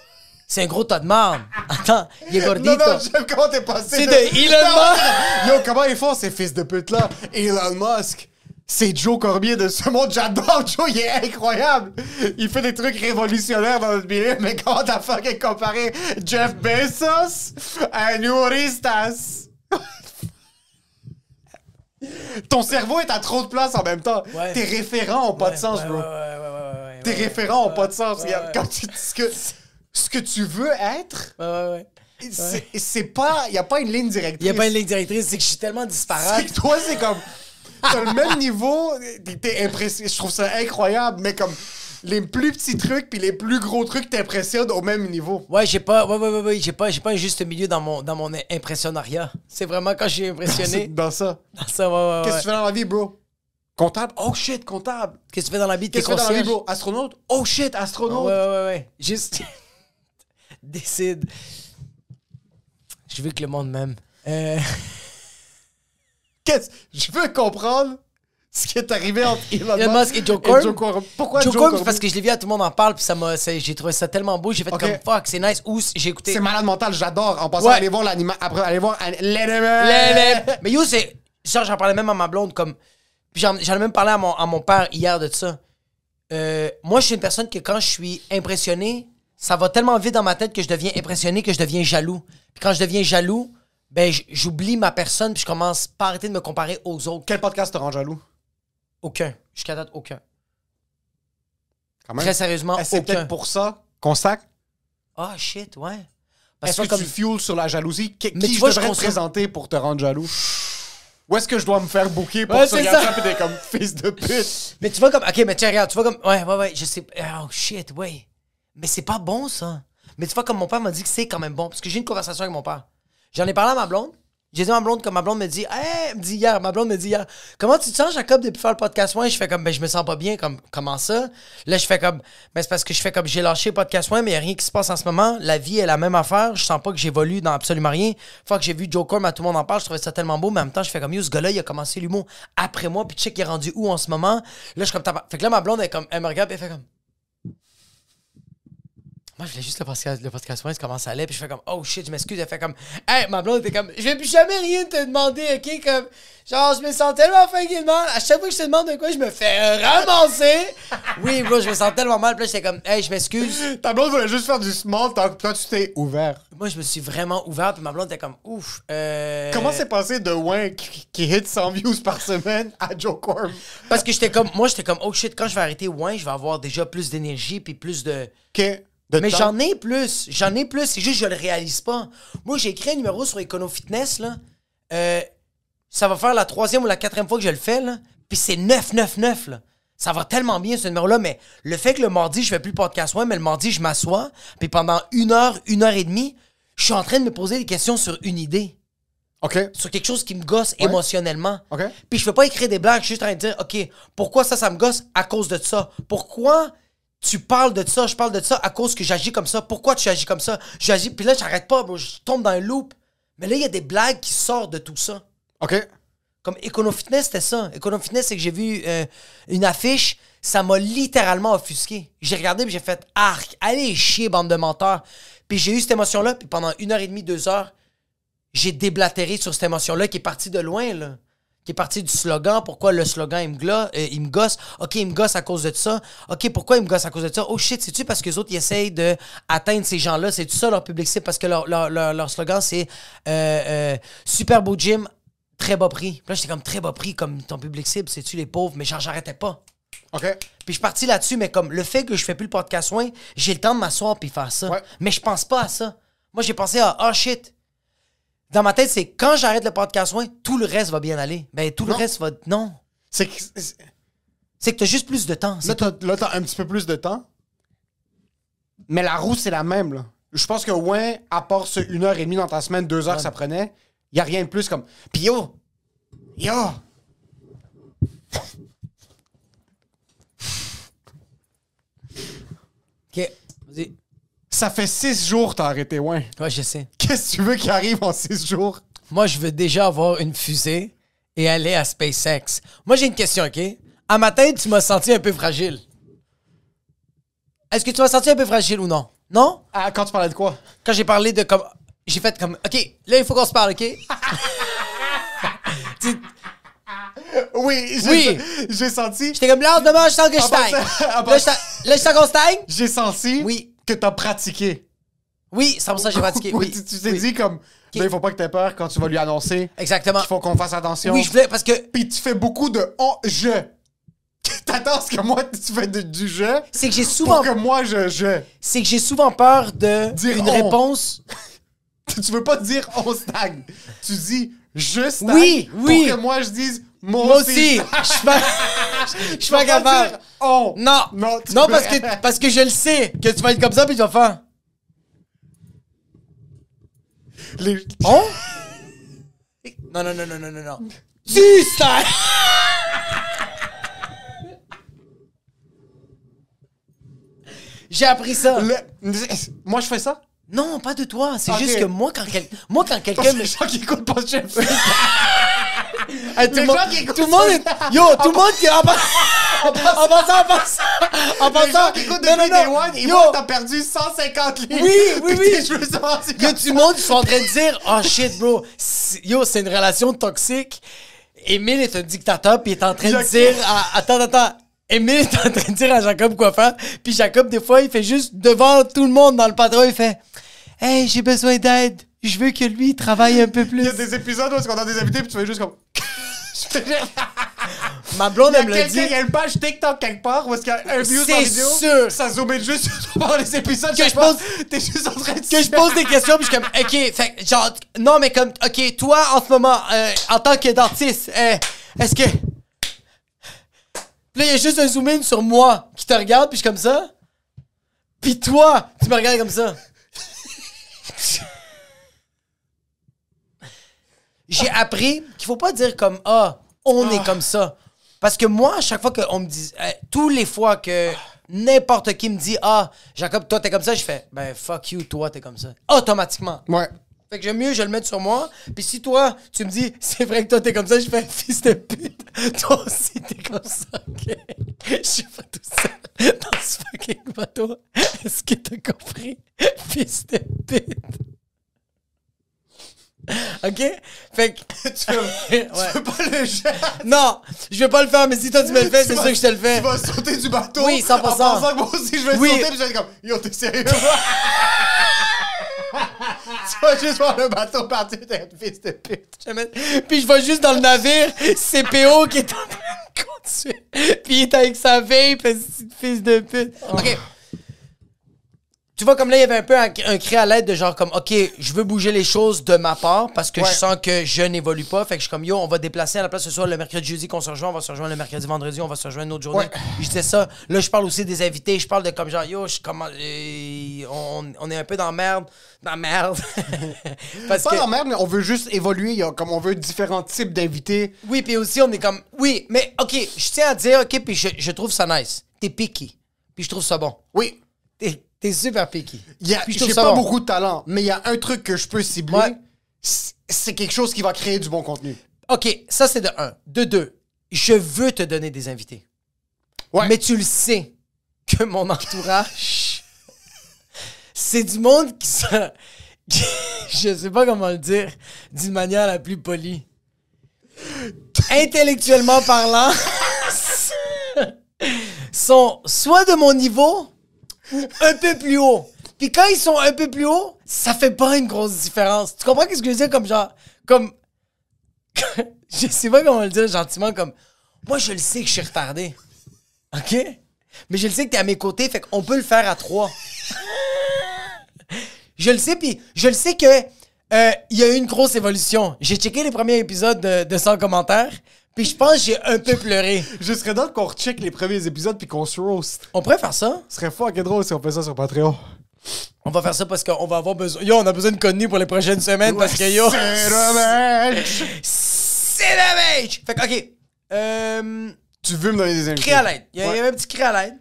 B: C'est un gros tas de marde. Attends, il est gordito.
C: Non, non, j'aime comment t'es passé.
B: C'est de Elon
C: Musk. Yo, comment ils font ces fils de pute-là? Elon Musk. C'est Joe Cormier de ce monde. J'adore Joe, il est incroyable. Il fait des trucs révolutionnaires dans notre milieu, mais comment t'as fucking comparé Jeff Bezos à Nouristas? Ton cerveau est à trop de place en même temps.
B: Ouais.
C: Tes référents ont pas de sens,
B: Ouais,
C: bro.
B: ouais, ouais, ouais, ouais, ouais,
C: Tes
B: ouais, ouais.
C: référents ont pas de sens. Regarde,
B: ouais.
C: quand tu dis ce que, ce que tu veux être,
B: Ouais, ouais, ouais.
C: c'est c'est pas. Il n'y a pas une ligne directrice.
B: Il n'y a pas une ligne directrice, c'est que je suis tellement disparate.
C: C'est que toi, c'est comme. T'as le même niveau, t'es- t'es impressionné. Je trouve ça incroyable, mais comme. Les plus petits trucs puis les plus gros trucs t'impressionnent au même niveau.
B: Ouais, j'ai pas, ouais, ouais, ouais, ouais, j'ai pas, j'ai pas un juste milieu dans mon, dans mon impressionnariat. C'est vraiment quand je suis impressionné.
C: Dans ça.
B: Dans ça, ouais, ouais, ouais.
C: Qu'est-ce que tu fais dans la vie, bro? Comptable? Oh shit, comptable!
B: Qu'est-ce que tu fais dans la vie? T'es
C: Qu'est-ce que tu fais dans la vie,
B: concierge?
C: bro? Astronaute? Oh shit, astronaute!
B: Ouais, ouais, ouais, ouais. Juste. Décide. Je veux que le monde m'aime. Euh,
C: Qu'est-ce- Je veux comprendre ce qui est arrivé entre Elon,
B: Elon Musk et Joe
C: Cormier.
B: Cormier.
C: Pourquoi Joe,
B: Joe Cormier,
C: Cormier?
B: parce que je l'ai vu à tout le monde en parle, puis ça m'a, c'est- j'ai trouvé ça tellement beau, j'ai fait
C: Ok.
B: comme fuck, c'est nice. Ou j'ai écouté.
C: C'est malade mental, j'adore. En passant,
B: Ouais.
C: allez voir l'anima... Après, allez voir... An-
B: Lélé.
C: L'anima...
B: Mais yo, c'est. Genre, j'en parlais même à ma blonde, comme. Puis j'en, j'en ai même parlé à mon, à mon père hier de ça. Euh, moi, je suis une personne que quand je suis impressionné, ça va tellement vite dans ma tête que je deviens impressionné, que je deviens jaloux. Puis quand je deviens jaloux, ben, j- j'oublie ma personne, puis je commence pas à arrêter de me comparer aux autres.
C: Quel podcast te rend jaloux?
B: Aucun. Jusqu'à date, aucun.
C: Quand même.
B: Très sérieusement,
C: Est-ce que C'est
B: aucun.
C: peut-être pour ça qu'on sac.
B: Ah, shit, ouais. Parce
C: Est-ce
B: que
C: que
B: comme...
C: tu fuels sur la jalousie? Qui,
B: Mais
C: qui
B: tu
C: je
B: vois, je
C: devrais te
B: consomme-
C: présenter pour te rendre jaloux? Ou est-ce que je dois me faire bouquer pour
B: Ouais,
C: que tu
B: c'est
C: regardes
B: ça.
C: ça pis t'es comme fils de pute?
B: Mais tu vois comme... OK, mais tiens, regarde, tu vois comme... Ouais, ouais, ouais, je sais... Oh, shit, ouais. Mais c'est pas bon, ça. Mais tu vois comme mon père m'a dit que c'est quand même bon. Parce que j'ai eu une conversation avec mon père. J'en ai parlé à ma blonde. J'ai dit à ma blonde comme ma blonde me dit... Hey, elle me dit hier, ma blonde me dit hier... Comment tu te sens, Jacob, depuis faire le podcast One? Je fais comme... Ben, je me sens pas bien. comme Comment ça? Là, je fais comme... Ben, c'est parce que je fais comme... J'ai lâché le podcast One, mais il a rien qui se passe en ce moment. La vie est la même affaire. Je sens pas que j'évolue dans absolument rien. Fois que j'ai vu Joe Corm, à tout le monde en parle, je trouvais ça tellement beau. Mais en même temps, je fais comme... Yo, ce gars-là, il a commencé l'humour après moi. Puis check, il est rendu où en ce moment? Là, je suis comme... tabar- Fait que là, ma blonde, elle, est comme, elle me regarde, puis elle fait comme... Moi, je voulais juste le podcast, le podcast Waze, comment ça allait, puis je fais comme, oh shit, je m'excuse. Elle fait comme, hey, ma blonde était comme, je vais plus jamais rien te demander, ok? Comme, genre, je me sens tellement fucking mal. À chaque fois que je te demande de quoi, je me fais ramasser. oui, bro, je me sens tellement mal. Puis là, j'étais comme, hey, je m'excuse.
C: Ta blonde voulait juste faire du small talk, toi tu t'es ouvert.
B: Moi, je me suis vraiment ouvert, puis ma blonde était comme, ouf. Euh...
C: Comment c'est passé de Win qui, qui hit 100 views par semaine à Joe Corm?
B: Parce que j'étais comme, moi, j'étais comme, oh shit, quand je vais arrêter, ouais, je vais avoir déjà plus d'énergie, puis plus de.
C: Que de
B: Mais
C: temps.
B: j'en ai plus, j'en ai plus, c'est juste que je le réalise pas. Moi, j'ai écrit un numéro sur Econo Fitness, là. Euh, ça va faire la troisième ou la quatrième fois que je le fais, là. Puis c'est 999, là. Ça va tellement bien, ce numéro-là, mais le fait que le mardi, je fais plus le podcast, ouais, mais le mardi, je m'assois, puis pendant une heure, une heure et demie, je suis en train de me poser des questions sur une idée
C: Ok.
B: sur quelque chose qui me gosse
C: Ouais.
B: émotionnellement.
C: OK.
B: Puis je peux pas écrire des blagues, je suis juste en train de dire, OK, pourquoi ça, ça me gosse à cause de ça? Pourquoi tu parles de ça, je parle de ça à cause que j'agis comme ça? Pourquoi tu agis comme ça? J'agis, puis là, j'arrête pas, bro, je tombe dans un loop. Mais là, il y a des blagues qui sortent de tout ça.
C: Ok.
B: Comme Econo Fitness, c'était ça. Econo Fitness, c'est que j'ai vu euh, une affiche, ça m'a littéralement offusqué. J'ai regardé puis j'ai fait arc, allez chier, bande de menteurs. Puis j'ai eu cette émotion-là, puis pendant une heure et demie, deux heures, j'ai déblatéré sur cette émotion-là qui est partie de loin, là. Qui est partie du slogan, pourquoi le slogan il me, gla- euh, il me gosse, ok, il me gosse à cause de ça, ok, pourquoi il me gosse à cause de ça, oh shit, c'est-tu parce que les autres ils essayent de atteindre ces gens-là, c'est-tu ça leur public cible? parce que leur, leur, leur- leur slogan c'est euh, euh, super beau gym, très bas prix. Puis là, j'étais comme très bas prix, comme ton public cible, c'est-tu les pauvres, mais genre, j'arrêtais pas.
C: OK.
B: Puis je suis parti là-dessus, mais comme le fait que je fais plus le podcast soin, j'ai le temps de m'asseoir puis faire ça.
C: Ouais.
B: Mais je pense pas à ça. Moi, j'ai pensé à ah shit. Dans ma tête, c'est quand j'arrête le podcast soin, tout le reste va bien aller. Ben tout
C: Non.
B: le reste va non.
C: C'est que- c'est-
B: C'est que t'as juste plus de temps. c'est
C: là,
B: tout.
C: t'as, là, t'as un petit peu plus de temps. Mais la roue, c'est la même, là. Je pense que, ouais, à part ce 1h30 dans ta semaine, 2 heures que ça prenait, il a rien de plus comme. Puis yo! Yo!
B: Ok. Vas-y.
C: Ça fait 6 jours que t'as arrêté, ouais.
B: Ouais, je sais.
C: Qu'est-ce que tu veux qu'il arrive en 6 jours?
B: Moi, je veux déjà avoir une fusée et aller à SpaceX. Moi, j'ai une question, OK? À ma tête, tu m'as senti un peu fragile. Est-ce que tu m'as senti un peu fragile ou non? Non?
C: Ah, quand tu parlais de quoi?
B: Quand j'ai parlé de comme. J'ai fait comme. OK, là, il faut qu'on se parle, OK? Tu-
C: Oui, j'ai,
B: Oui.
C: j'ai senti.
B: J'étais comme là, demain, je sens que je
C: En
B: stagne.
C: passant- en
B: Là, je sens- là, je sens qu'on stagne?
C: J'ai senti
B: Oui.
C: que t'as pratiqué.
B: Oui, 100% j'ai pratiqué. Oui,
C: tu, tu t'es
B: oui.
C: dit comme. Là, il faut pas que t'aies peur quand tu vas lui annoncer
B: Exactement.
C: qu'il faut qu'on fasse attention.
B: Oui, je voulais. Parce que
C: Puis tu fais beaucoup de on je. T'attends ce que moi tu fais de- du je
B: c'est que j'ai
C: pour
B: souvent.
C: que moi je je.
B: C'est que j'ai souvent peur de.
C: Dire
B: une
C: on.
B: réponse.
C: Tu veux pas dire on stagne. Tu dis je stagne
B: Oui, oui.
C: pour que moi je dise moi,
B: Moi
C: aussi.
B: aussi, je suis pas, je suis pas
C: Tu vas pas
B: capable.
C: dire on.
B: Non,
C: Non, tu
B: non
C: peux-
B: parce, que, parce que je le sais que tu vas être comme ça, puis tu vas faire.
C: Les-
B: On? Non, non, non, non, non, non, non. Tu sais! J'ai appris ça.
C: le- Moi je fais ça.
B: Non, pas de toi. C'est
C: Ok.
B: juste que moi, quand, quel- moi, quand
C: Parce
B: quelqu'un
C: que
B: me.
C: les gens qui écoutent pas chef.
B: Hey, tout
C: les
B: le monde-
C: gens qui écoutent
B: tout le monde
C: ça-
B: est- Yo, tout le monde qui. En passant, en passant, en passant. En
C: Les gens
B: passant.
C: qui écoutent
B: Non,
C: depuis
B: non,
C: Day
B: non.
C: One, ils
B: Yo.
C: voient que t'as perdu 150 livres.
B: Oui, oui,
C: Puis
B: oui.
C: t'es- Je veux savoir si-
B: Il y a du monde qui sont en train de dire Oh shit, bro, c'est- yo, c'est une relation toxique. Émile est un dictateur, puis il est en train de
C: Jacob-
B: dire à- Attends, attends. Émile est en train de dire à Jacob quoi faire. Puis Jacob, des fois, il fait juste devant tout le monde dans le patron, il fait Hey, j'ai besoin d'aide. Je veux que lui travaille un peu
C: Il
B: plus.
C: y a des épisodes où est-ce qu'on a des invités puis tu fais juste comme. Je fais-
B: Ma blonde, elle
C: Il
B: me
C: y, a
B: l'a
C: quelqu'un-
B: dit.
C: il y a une page TikTok quelque part où est-ce qu'il y a un view sur
B: C'est
C: vidéo.
B: sûr.
C: Ça zoomait juste sur toi pendant les épisodes.
B: Que
C: chaque
B: je
C: fois.
B: pose-
C: T'es juste en train de.
B: que je pose des questions, puis je suis comme, OK, fait que genre, non, mais comme, OK, toi, en ce moment, euh, en tant que dentiste, euh, est-ce que. Puis là, il y a juste un zoom-in sur moi qui te regarde, puis je suis comme ça. Puis toi, tu me regardes comme ça. J'ai appris qu'il faut pas dire comme, ah, on est comme ça. Parce que moi, à chaque fois qu'on me dit, euh, tous les fois que n'importe qui me dit, ah, Jacob, toi, t'es comme ça, je fais, ben, fuck you, toi, t'es comme ça. Automatiquement.
C: Ouais.
B: Fait que j'aime mieux, je le mettre sur moi. Puis si toi, tu me dis, c'est vrai que toi, t'es comme ça, je fais, fils de pute, toi aussi, t'es comme ça, ok? Je suis pas tout seul dans ce fucking bateau. Est-ce que t'as compris? Fils de pute. Ok? Fait que. Tu veux,
C: Tu veux pas le jet.
B: Non, je vais pas le faire, mais si toi tu me le fais, c'est
C: Tu vas-
B: sûr que je te le fais.
C: Tu vas sauter du bateau.
B: Oui, 100%.
C: En pensant que moi aussi, je vais
B: Oui.
C: sauter, puis je vais être comme, yo, t'es sérieux? tu vas juste voir le bateau partir, t'es un fils de pute.
B: Jamais. Puis je vois juste dans le navire CPO qui est en train de conduire. Puis il est avec sa vape, petit fils de pute.
C: Oh.
B: OK. Tu vois, comme là, il y avait un peu un, un cri à l'aide de genre comme, OK, je veux bouger les choses de ma part parce que
C: Ouais.
B: je sens que je n'évolue pas. Fait que je suis comme, yo, on va déplacer à la place ce soir le mercredi, jeudi qu'on se rejoint, on va se rejoindre le mercredi, vendredi, on va se rejoindre une autre journée.
C: Ouais.
B: Je disais ça. Là, je parle aussi des invités. Je parle de comme genre, yo, je commence- euh, on, on est un peu dans la merde. Dans la merde. parce
C: Pas
B: que-
C: la merde, mais on veut juste évoluer. il y a- comme on veut différents types d'invités.
B: Oui, puis aussi, on est comme. Oui, mais OK, je tiens à dire, OK, puis je, je trouve ça nice. T'es picky. Puis je trouve ça bon.
C: Oui.
B: T'es t'es super picky.
C: Il y a-
B: Puis je trouve
C: J'ai
B: ça
C: pas
B: bon.
C: beaucoup de talent, mais il y a un truc que je peux cibler.
B: Ouais.
C: C'est- C'est quelque chose qui va créer du bon contenu.
B: OK, ça, c'est de un. De deux, je veux te donner des invités.
C: Ouais.
B: Mais tu le sais que mon entourage, c'est du monde qui se- qui- Je sais pas comment le dire d'une manière la plus polie. Intellectuellement parlant, sont soit de mon niveau ou un peu plus haut. Puis quand ils sont un peu plus haut, ça fait pas une grosse différence. Tu comprends qu'est-ce que je veux dire comme genre comme je sais pas comment le dire gentiment comme moi je le sais que je suis retardé. OK Mais je le sais que t'es à mes côtés fait qu'on peut le faire à trois. je le sais puis je le sais que euh, il y a eu une grosse évolution. J'ai checké les premiers épisodes de, de 100 commentaires puis je pense que j'ai un peu pleuré.
C: Je serais d'accord qu'on recheck les premiers épisodes puis qu'on se roast.
B: On pourrait faire ça
C: Ce serait fucking drôle si on fait ça sur Patreon.
B: On va faire ça parce qu'on va avoir besoin. Yo, on a besoin de contenu pour les prochaines semaines parce que yo.
C: C'est dommage.
B: C'est la mage! Fait que, ok. Euh.
C: Tu veux me donner des invités?
B: Cri à l'aide. Il y a- il y
C: Ouais.
B: avait un petit cri à l'aide.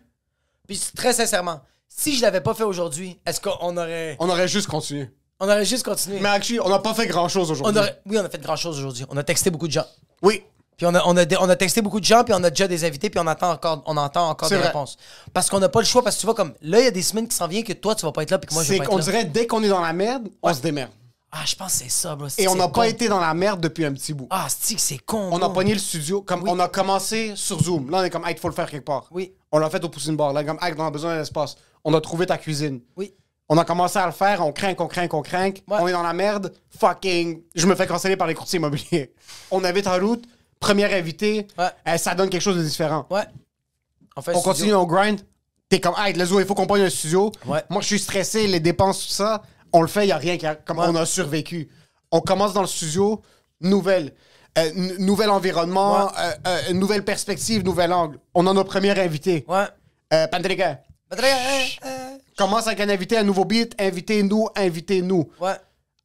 B: Puis très sincèrement, si je l'avais pas fait aujourd'hui, est-ce qu'on aurait.
C: On aurait juste continué.
B: On aurait juste continué.
C: Mais actually, on n'a pas fait grand chose
B: On
C: aujourd'hui.
B: aurait... Oui, on a fait grand chose aujourd'hui. On a texté beaucoup de gens.
C: Oui.
B: Puis on a, on, a, dé- on a texté beaucoup de gens, puis on a déjà des invités, puis on attend encore, on entend encore
C: C'est
B: des
C: vrai.
B: réponses. Parce qu'on n'a pas le choix, parce que tu vois, comme là, il y a des semaines qui s'en viennent que toi, tu vas pas être là, puis que moi, je vais
C: C'est
B: pas
C: qu'on
B: être là.
C: dirait dès qu'on est dans la merde, on se démerde.
B: Ah, je pense que c'est ça, bro.
C: Et on
B: C'est
C: n'a
B: con.
C: pas été dans la merde depuis un petit bout.
B: Ah, c'est que c'est con.
C: On a
B: bro.
C: pogné le studio, comme on a commencé sur Zoom. Là, on est comme, hey, il faut le faire quelque part.
B: Oui.
C: On l'a fait au Poutine Bar. Là, comme, hey, on a besoin d'un espace. On a trouvé ta cuisine.
B: Oui.
C: On a commencé à le faire, on craint, on craint, on craint.
B: Ouais.
C: On est dans la merde. Fucking. Je me fais canceller par les courtiers immobiliers. On invite en route, première invitée.
B: Ouais.
C: Euh, ça donne quelque chose de différent.
B: Ouais. On fait
C: on
B: studio.
C: continue, on grind. T'es comme, hey, let's go, il faut qu'on prenne un studio.
B: Ouais.
C: Moi, je suis stressé, les dépenses, tout ça. On le fait, il a rien qui a- Comme
B: Ouais.
C: on a survécu. On commence dans le studio, nouvelle. euh, n- nouvel environnement,
B: Ouais.
C: euh, euh, nouvelle perspective, nouvel angle. On a nos premiers invités.
B: Ouais.
C: Euh, Pandrega,
B: Ben, très- euh, euh,
C: commence avec un invité, un nouveau beat, invitez-nous, invitez-nous.
B: Ouais.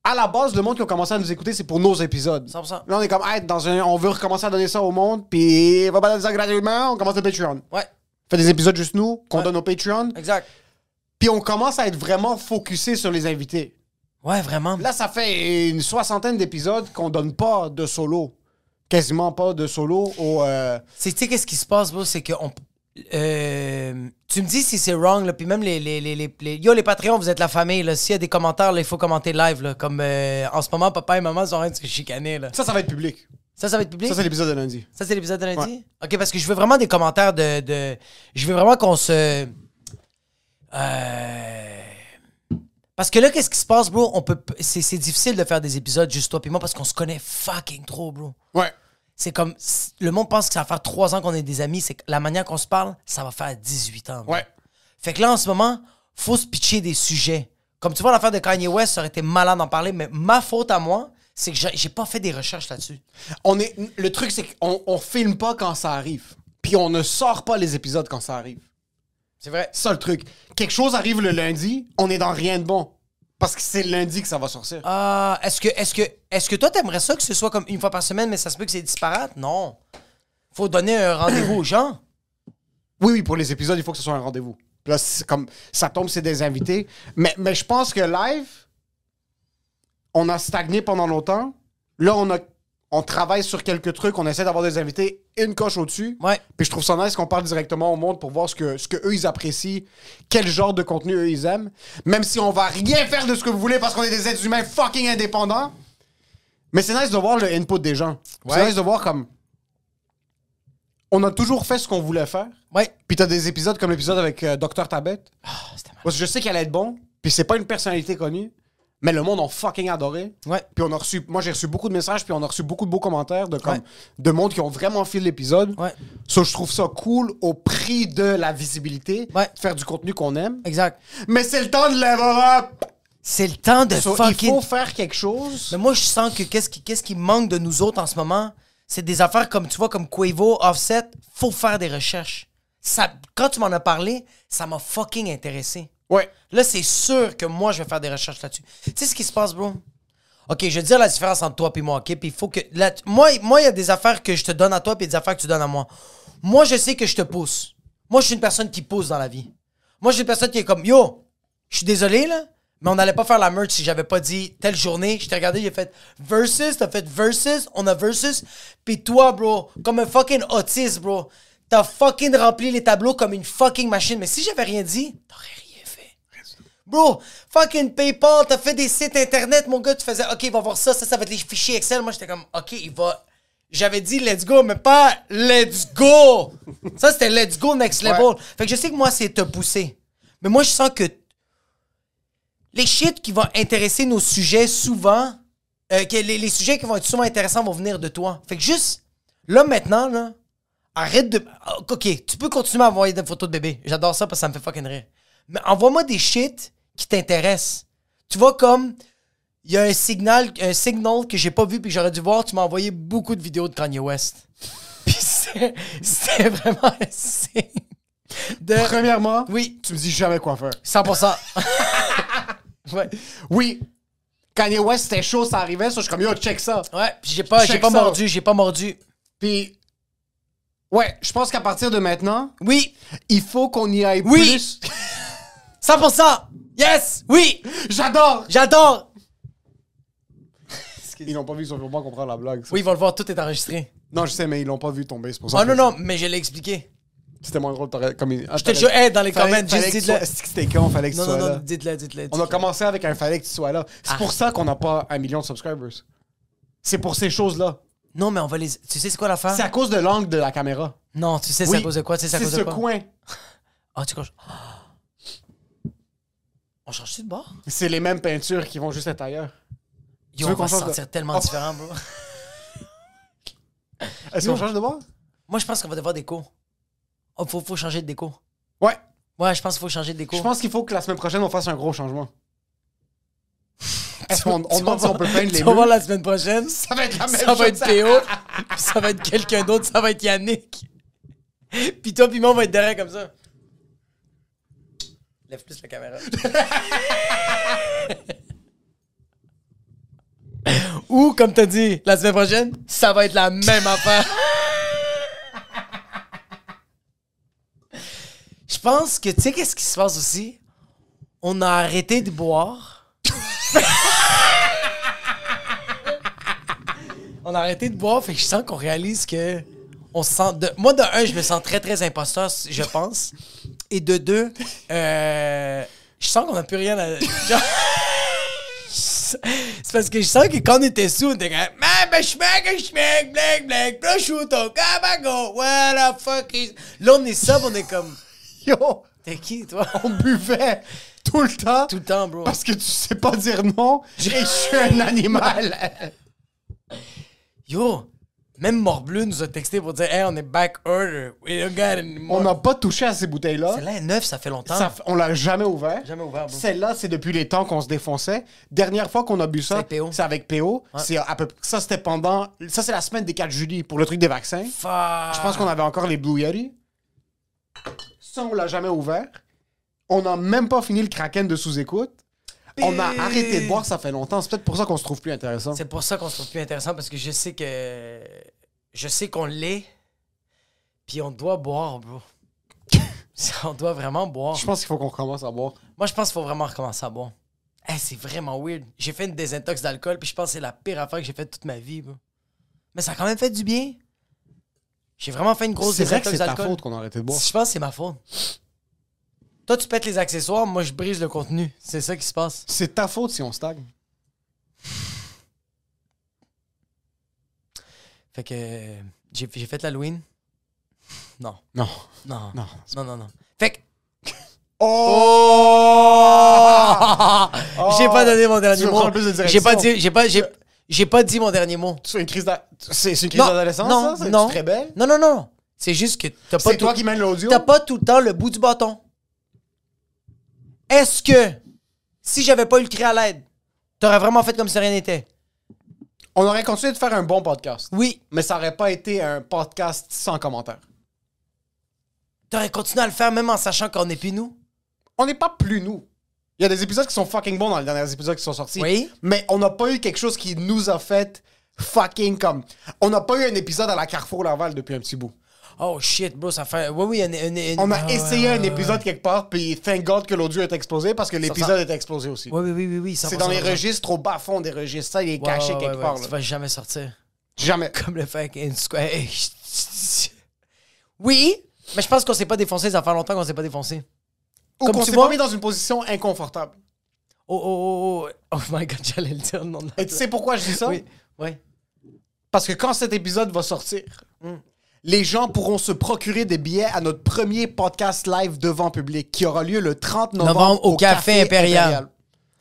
C: À la base, le monde qui a commencé à nous écouter, c'est pour nos épisodes.
B: 100%.
C: Là, on est comme, hey, dans un, on veut recommencer à donner ça au monde, puis on va pas donner ça gratuitement, on commence le Patreon.
B: Ouais.
C: Fait des épisodes juste nous, qu'on
B: Ouais.
C: donne au Patreon.
B: Exact.
C: Puis on commence à être vraiment focusé sur les invités.
B: Ouais, vraiment.
C: Là, ça fait une soixantaine d'épisodes qu'on donne pas de solo. Quasiment pas de solo au. euh,
B: C'est, tu sais, qu'est-ce qui se passe, bro? C'est que on. euh, tu me dis si c'est wrong, là, puis même les, les, les, les, les- Yo, les Patreons, vous êtes la famille, là. S'il y a des commentaires, là, il faut commenter live, là. Comme euh, en ce moment, papa et maman sont en train de se chicaner, là.
C: Ça, ça va être public.
B: Ça, ça va être public?
C: Ça, c'est l'épisode de lundi.
B: Ça, c'est l'épisode de lundi?
C: Ouais.
B: OK, parce que je veux vraiment des commentaires de... de- Je veux vraiment qu'on se... Euh, Parce que là, qu'est-ce qui se passe, bro? On peut... p- C'est c'est difficile de faire des épisodes juste toi et moi parce qu'on se connaît fucking trop, bro.
C: Ouais.
B: C'est comme. c'est- Le monde pense que ça va faire trois ans qu'on est des amis. C'est que la manière qu'on se parle, ça va faire 18 ans. bro.
C: Ouais.
B: Fait que là, en ce moment, faut se pitcher des sujets. Comme tu vois, l'affaire de Kanye West, ça aurait été malin d'en parler, mais ma faute à moi, c'est que j'ai j'ai pas fait des recherches là-dessus.
C: On est, le truc, c'est qu'on on filme pas quand ça arrive. Puis on ne sort pas les épisodes quand ça arrive.
B: C'est vrai.
C: C'est ça le truc. Quelque chose arrive le lundi, on est dans rien de bon. Parce que c'est le lundi que ça va sortir.
B: Ah, est-ce que, est-ce que, est-ce que toi t'aimerais ça que ce soit comme une fois par semaine, mais ça se peut que c'est disparate Non. Faut donner un rendez-vous aux gens.
C: Oui, oui, pour les épisodes, il faut que ce soit un rendez-vous. Puis Là, c'est comme ça tombe, c'est des invités. Mais, mais je pense que live, on a stagné pendant longtemps. Là, on a on travaille sur quelques trucs, on essaie d'avoir des invités une coche au-dessus.
B: Ouais.
C: Puis je trouve ça nice qu'on parle directement au monde pour voir ce que, ce que eux ils apprécient, quel genre de contenu eux ils aiment. Même si on va rien faire de ce que vous voulez parce qu'on est des êtres humains fucking indépendants. Mais c'est nice de voir le input des gens. C'est
B: Ouais.
C: nice de voir comme. On a toujours fait ce qu'on voulait faire.
B: Ouais.
C: Puis t'as des épisodes comme l'épisode avec euh, Docteur Tabet.
B: Ah, c'était mal.
C: Parce que je sais qu'elle allait être bon. Puis c'est pas une personnalité connue. Mais le monde a fucking adoré.
B: Ouais.
C: Puis on a reçu. Moi j'ai reçu beaucoup de messages. Puis on a reçu beaucoup de beaux commentaires de, comme,
B: Ouais.
C: de monde qui ont vraiment filé l'épisode.
B: Ouais.
C: So, je trouve ça cool au prix de la visibilité.
B: Ouais.
C: de Faire du contenu qu'on aime.
B: Exact.
C: Mais c'est le temps de level up.
B: C'est le temps de
C: So,
B: fucking.
C: Il faut faire quelque chose.
B: Mais moi, je sens que qu'est-ce qui, qu'est-ce qui manque de nous autres en ce moment, c'est des affaires comme, tu vois, comme Quavo, Offset, faut faire des recherches. Ça, quand tu m'en as parlé, ça m'a fucking intéressé.
C: Ouais.
B: Là, c'est sûr que moi, je vais faire des recherches là-dessus. Tu sais ce qui se passe, bro? OK, je vais te dire la différence entre toi et moi, OK? Puis il faut que... là, t- moi, moi, il y a des affaires que je te donne à toi puis des affaires que tu donnes à moi. Moi, je sais que je te pousse. Moi, je suis une personne qui pousse dans la vie. Moi, je suis une personne qui est comme, yo, je suis désolé, là, mais on n'allait pas faire la merch si j'avais pas dit telle journée. Je t'ai regardé, j'ai fait versus, t'as fait versus, on a versus. Puis toi, bro, comme un fucking autiste, bro, t'as fucking rempli les tableaux comme une fucking machine. Mais si j'avais rien dit, t'aurais rien fait. Bro, fucking PayPal, t'as fait des sites internet, mon gars, tu faisais, OK, il va voir ça, ça, ça va être les fichiers Excel. Moi, j'étais comme, OK, il va. J'avais dit let's go, mais pas let's go. Ça, c'était let's go next level.
C: Ouais.
B: Fait que je sais que moi, c'est te pousser. Mais moi, je sens que les shit qui vont intéresser nos sujets souvent, euh, que les, les sujets qui vont être souvent intéressants vont venir de toi. Fait que juste, là, maintenant, là, arrête de. Ah, Ok, tu peux continuer à envoyer des photos de bébé. J'adore ça parce que ça me fait fucking rire. Mais envoie-moi des shit qui t'intéressent. Tu vois, comme. Il y a un signal, un signal que j'ai pas vu puis que j'aurais dû voir. Tu m'as envoyé beaucoup de vidéos de Kanye West. Puis c'est- c'était vraiment un signe de.
C: Premièrement,
B: Oui,
C: tu me dis jamais quoi faire.
B: 100%. ouais.
C: Oui. Kanye West, c'était chaud, ça arrivait. So, je suis comme, yo, check ça.
B: Ouais, puis j'ai pas, j'ai
C: Check
B: pas
C: ça.
B: mordu, j'ai pas mordu.
C: Puis. Ouais, je pense qu'à partir de maintenant,
B: Oui,
C: il faut qu'on y aille
B: Oui.
C: plus.
B: 100%! Yes! Oui!
C: J'adore!
B: J'adore!
C: Ils l'ont pas vu, ils ont pas comprendre la blague. ça.
B: Oui, ils vont le voir, tout est enregistré.
C: Non, je sais, mais ils l'ont pas vu tomber, c'est pour ça.
B: Oh
C: que-
B: non, non, mais je l'ai expliqué.
C: C'était moins drôle, t'aurais- comme il.
B: Je te jure, hey, dans les comments, juste
C: dis-le.
B: dites-le.
C: C'était con, fallait que tu
B: Non, non,
C: sois
B: non, Ah.
C: là.
B: dites-le, dites-le.
C: On a commencé avec un fallait que tu sois là. C'est pour ça qu'on n'a pas un million de subscribers. C'est pour ces choses-là.
B: Non, mais on va les. Tu sais, c'est quoi l'affaire?
C: C'est à cause de l'angle de la caméra.
B: Non, tu sais, c'est à cause de quoi? Tu sais, Ah. c'est à cause
C: ce
B: de quoi?
C: coin.
B: Ah, tu coches. On change-tu de bord?
C: C'est les mêmes peintures qui vont juste être ailleurs.
B: Yo,
C: veux
B: on
C: qu'on
B: va se
C: change de-
B: sentir tellement
C: Oh.
B: différent, bro.
C: Est-ce qu'on change de bord?
B: Moi, je pense qu'on va devoir déco. Oh, faut, faut changer de déco.
C: Ouais.
B: Ouais, je pense qu'il faut changer de déco.
C: Je pense qu'il faut que la semaine prochaine, on fasse un gros changement. Est-ce
B: Tu-
C: qu'on
B: tu
C: on demande
B: vas
C: si on peut
B: voir-
C: peindre
B: Tu
C: les
B: vas voir
C: murs?
B: la semaine prochaine.
C: Ça va être la même
B: ça va
C: chose.
B: être PO, puis ça va être quelqu'un d'autre, ça va être Yannick. Puis toi, puis moi, on va être derrière comme ça. Lève plus la caméra. Ou, comme t'as dit, la semaine prochaine, ça va être la même affaire. Je pense que, tu sais, qu'est-ce qui se passe aussi? On a arrêté de boire. on a arrêté de boire, fait que je sens qu'on réalise que on se sent. De... Moi, de un, je me sens très, très imposteur, je pense. Et de deux, euh, je sens qu'on n'a plus rien à. Genre- C'est parce que je sens que quand on était sous, on était comme Man, ben, schmeck, schmeck, black, black, prosciutto, cabago, what the fuck is. Là, on est sub, on est comme
C: Yo,
B: T'es qui, toi
C: on buvait tout le temps.
B: Tout le temps, bro.
C: Parce que tu sais pas dire non. Et je suis un animal.
B: Yo, Même Morbleu nous a texté pour dire Hey, on est back order. We don't got any more.
C: On n'a pas touché à ces bouteilles-là.
B: Celle-là est neuve, ça fait longtemps.
C: Ça f- on l'a jamais ouvert.
B: Jamais ouvert, bro.
C: Celle-là, c'est depuis les temps qu'on se défonçait. Dernière fois qu'on a bu ça,
B: C'est PO.
C: c'est avec PO. C'est à peu ça c'était pendant ça c'est la semaine des 4 juillet pour le truc des vaccins.
B: Fuck.
C: Je pense qu'on avait encore les Blue Yeti. Ça on l'a jamais ouvert. On n'a même pas fini le Kraken de sous-écoute. On a
B: Pis-
C: arrêté de boire, ça fait longtemps. C'est peut-être pour ça qu'on se trouve plus intéressant.
B: C'est pour ça qu'on se trouve plus intéressant parce que je sais que. Je sais qu'on l'est. Puis on doit boire, bro. on doit vraiment boire.
C: Je pense qu'il faut qu'on commence à boire.
B: Moi, je pense qu'il faut vraiment recommencer à boire. Hey, c'est vraiment weird. J'ai fait une désintox d'alcool, puis je pense que c'est la pire affaire que j'ai faite toute ma vie. bro. Mais ça a quand même fait du bien. J'ai vraiment fait une grosse
C: C'est vrai que
B: désintox
C: c'est ta
B: d'alcool.
C: faute qu'on a arrêté de boire.
B: Je pense que c'est ma faute. Toi, tu pètes les accessoires, moi, je brise le contenu. C'est ça qui se passe.
C: C'est ta faute si on stagne.
B: Fait que euh, j'ai j'ai fait l'Halloween. Non,
C: Non.
B: non,
C: Non.
B: non, non, non. Fait que
C: Oh!
B: j'ai pas donné mon dernier
C: Tu veux
B: mot.
C: prendre plus de
B: J'ai pas
C: direction.
B: dit, j'ai pas, j'ai, j'ai pas dit mon dernier mot.
C: C'est une crise d'a- c'est c'est une crise
B: Non,
C: d'adolescence,
B: non,
C: ça? C'est-
B: non.
C: Tu très belle?
B: Non, non, non. C'est juste que t'as pas
C: C'est
B: tout,
C: toi qui mène l'audio?
B: t'as pas tout le temps le bout du bâton. Est-ce que si j'avais pas eu le cri à l'aide, t'aurais vraiment fait comme si rien n'était
C: On aurait continué de faire un bon podcast.
B: Oui.
C: Mais ça aurait pas été un podcast sans commentaire.
B: T'aurais continué à le faire même en sachant qu'on est plus nous.
C: On n'est pas plus nous. Il y a des épisodes qui sont fucking bons dans les derniers épisodes qui sont sortis.
B: Oui.
C: Mais on n'a pas eu quelque chose qui nous a fait fucking comme. On n'a pas eu un épisode à la Carrefour Laval depuis un petit bout.
B: Oh shit, bro, ça fait. Oui, oui, une- une- une-
C: On a
B: Ah, ouais,
C: essayé
B: ouais,
C: un
B: ouais,
C: épisode quelque part, puis thank God que l'audio est explosé parce que l'épisode est explosé aussi.
B: Ouais, oui, oui, oui, oui.
C: C'est dans les
B: 100%
C: registres, au bas fond des registres. Ça, il
B: Ouais,
C: est caché
B: ouais, ouais,
C: quelque
B: ouais,
C: part.
B: Tu
C: là.
B: vas jamais sortir.
C: Jamais.
B: Comme le fait qu'une square. Oui, mais je pense qu'on s'est pas défoncé. Ça fait longtemps qu'on s'est pas défoncé.
C: Ou
B: Comme
C: qu'on
B: tu
C: s'est
B: vois-
C: pas mis dans une position inconfortable.
B: Oh, oh, oh, oh. Oh my god, j'allais le dire. Non, non.
C: Et tu sais pourquoi je dis ça?
B: Oui, oui.
C: Parce que quand cet épisode va sortir, les gens pourront se procurer des billets à notre premier podcast live devant public qui aura lieu le 30 novembre,
B: Novembre au Café Impérial.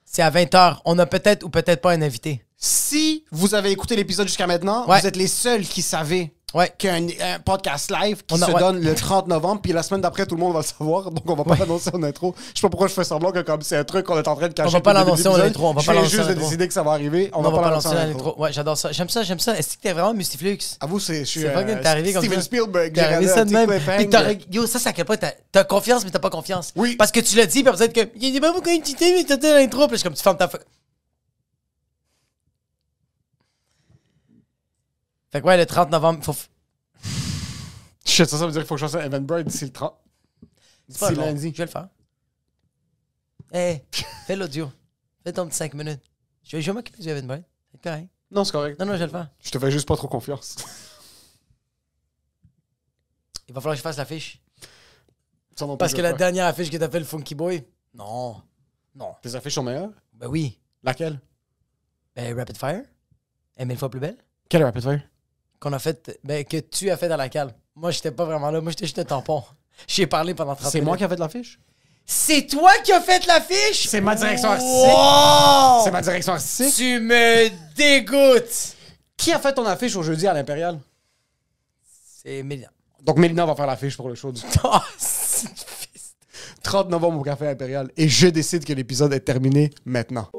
B: C'est à 20h. On a peut-être ou peut-être pas un invité.
C: Si vous avez écouté l'épisode jusqu'à maintenant,
B: Ouais.
C: vous êtes les seuls qui savaient
B: Ouais.
C: qu'un un podcast live qui
B: On a-
C: se
B: ouais.
C: donne le 30 novembre, puis la semaine d'après, tout le monde va le savoir, donc on va pas l'annoncer en intro. Je sais pas pourquoi je fais semblant que comme c'est un truc qu'on est en train de cacher.
B: On va pas
C: depuis le
B: l'annoncer
C: début de
B: en intro, on va
C: l'épisode.
B: pas
C: Je
B: l'annoncer
C: viens
B: en
C: juste de
B: intro.
C: décider que ça va arriver, on,
B: On,
C: va,
B: va pas lancer
C: en
B: un
C: intro.
B: intro. Ouais, j'adore ça. J'aime ça, j'aime ça. Est-ce que t'es vraiment Mustiflux?
C: À vous, c'est je suis
B: C'est fucking,
C: euh,
B: t'es arrivé comme
C: Steven
B: ça.
C: Spielberg.
B: T'es
C: j'ai
B: arrivé
C: regardé
B: ça
C: un
B: de
C: petit
B: même.
C: cliffhanger.
B: Puis t'as reg- Yo, ça, c'est à quel point t'as t'as confiance, mais t'as pas confiance.
C: Oui.
B: Parce que tu l'as dit, puis peut-être que. Il dit pas pourquoi tu t'es mais t'as dit l'intro, puis je suis comme tu fermes ta. fa- Fait que ouais, le 30 novembre, faut. f-
C: Shit, ça, ça veut dire qu'il faut que je fasse un event Bird d'ici le 30.
B: C'est pas
C: D'ici
B: long.
C: lundi.
B: Je vais le faire. Hey, fais l'audio. Fais ton petit 5 minutes. Je vais, je vais m'occuper du Evan Boy. C'est correct.
C: Non, c'est correct.
B: Non, non, je vais le faire.
C: Je te fais juste pas trop confiance.
B: Il va falloir que je fasse l'affiche.
C: Ça non plus,
B: Parce
C: je
B: que
C: le
B: la
C: fais.
B: dernière affiche que t'as fait, le Funky Boy. Non. Non.
C: Tes affiches sont meilleures?
B: Ben oui.
C: Laquelle?
B: Ben, Rapid Fire. Elle est mille fois plus belle.
C: Quelle Rapid Fire?
B: Qu'on a fait. Ben, que tu as fait à la cale. Moi, j'étais pas vraiment là. Moi, j'étais juste un tampon. J'ai parlé pendant 30
C: C'est
B: minutes.
C: moi qui a fait l'affiche?
B: C'est toi qui as fait l'affiche?
C: C'est ma direction artistique.
B: Wow!
C: C'est ma direction artistique.
B: Tu me dégoûtes!
C: Qui a fait ton affiche au jeudi à l'Impérial?
B: C'est Mélian.
C: Donc Mélina va faire l'affiche pour le show du
B: Oh, c'est-
C: 30 novembre au Café Impérial. Et je décide que l'épisode est terminé maintenant.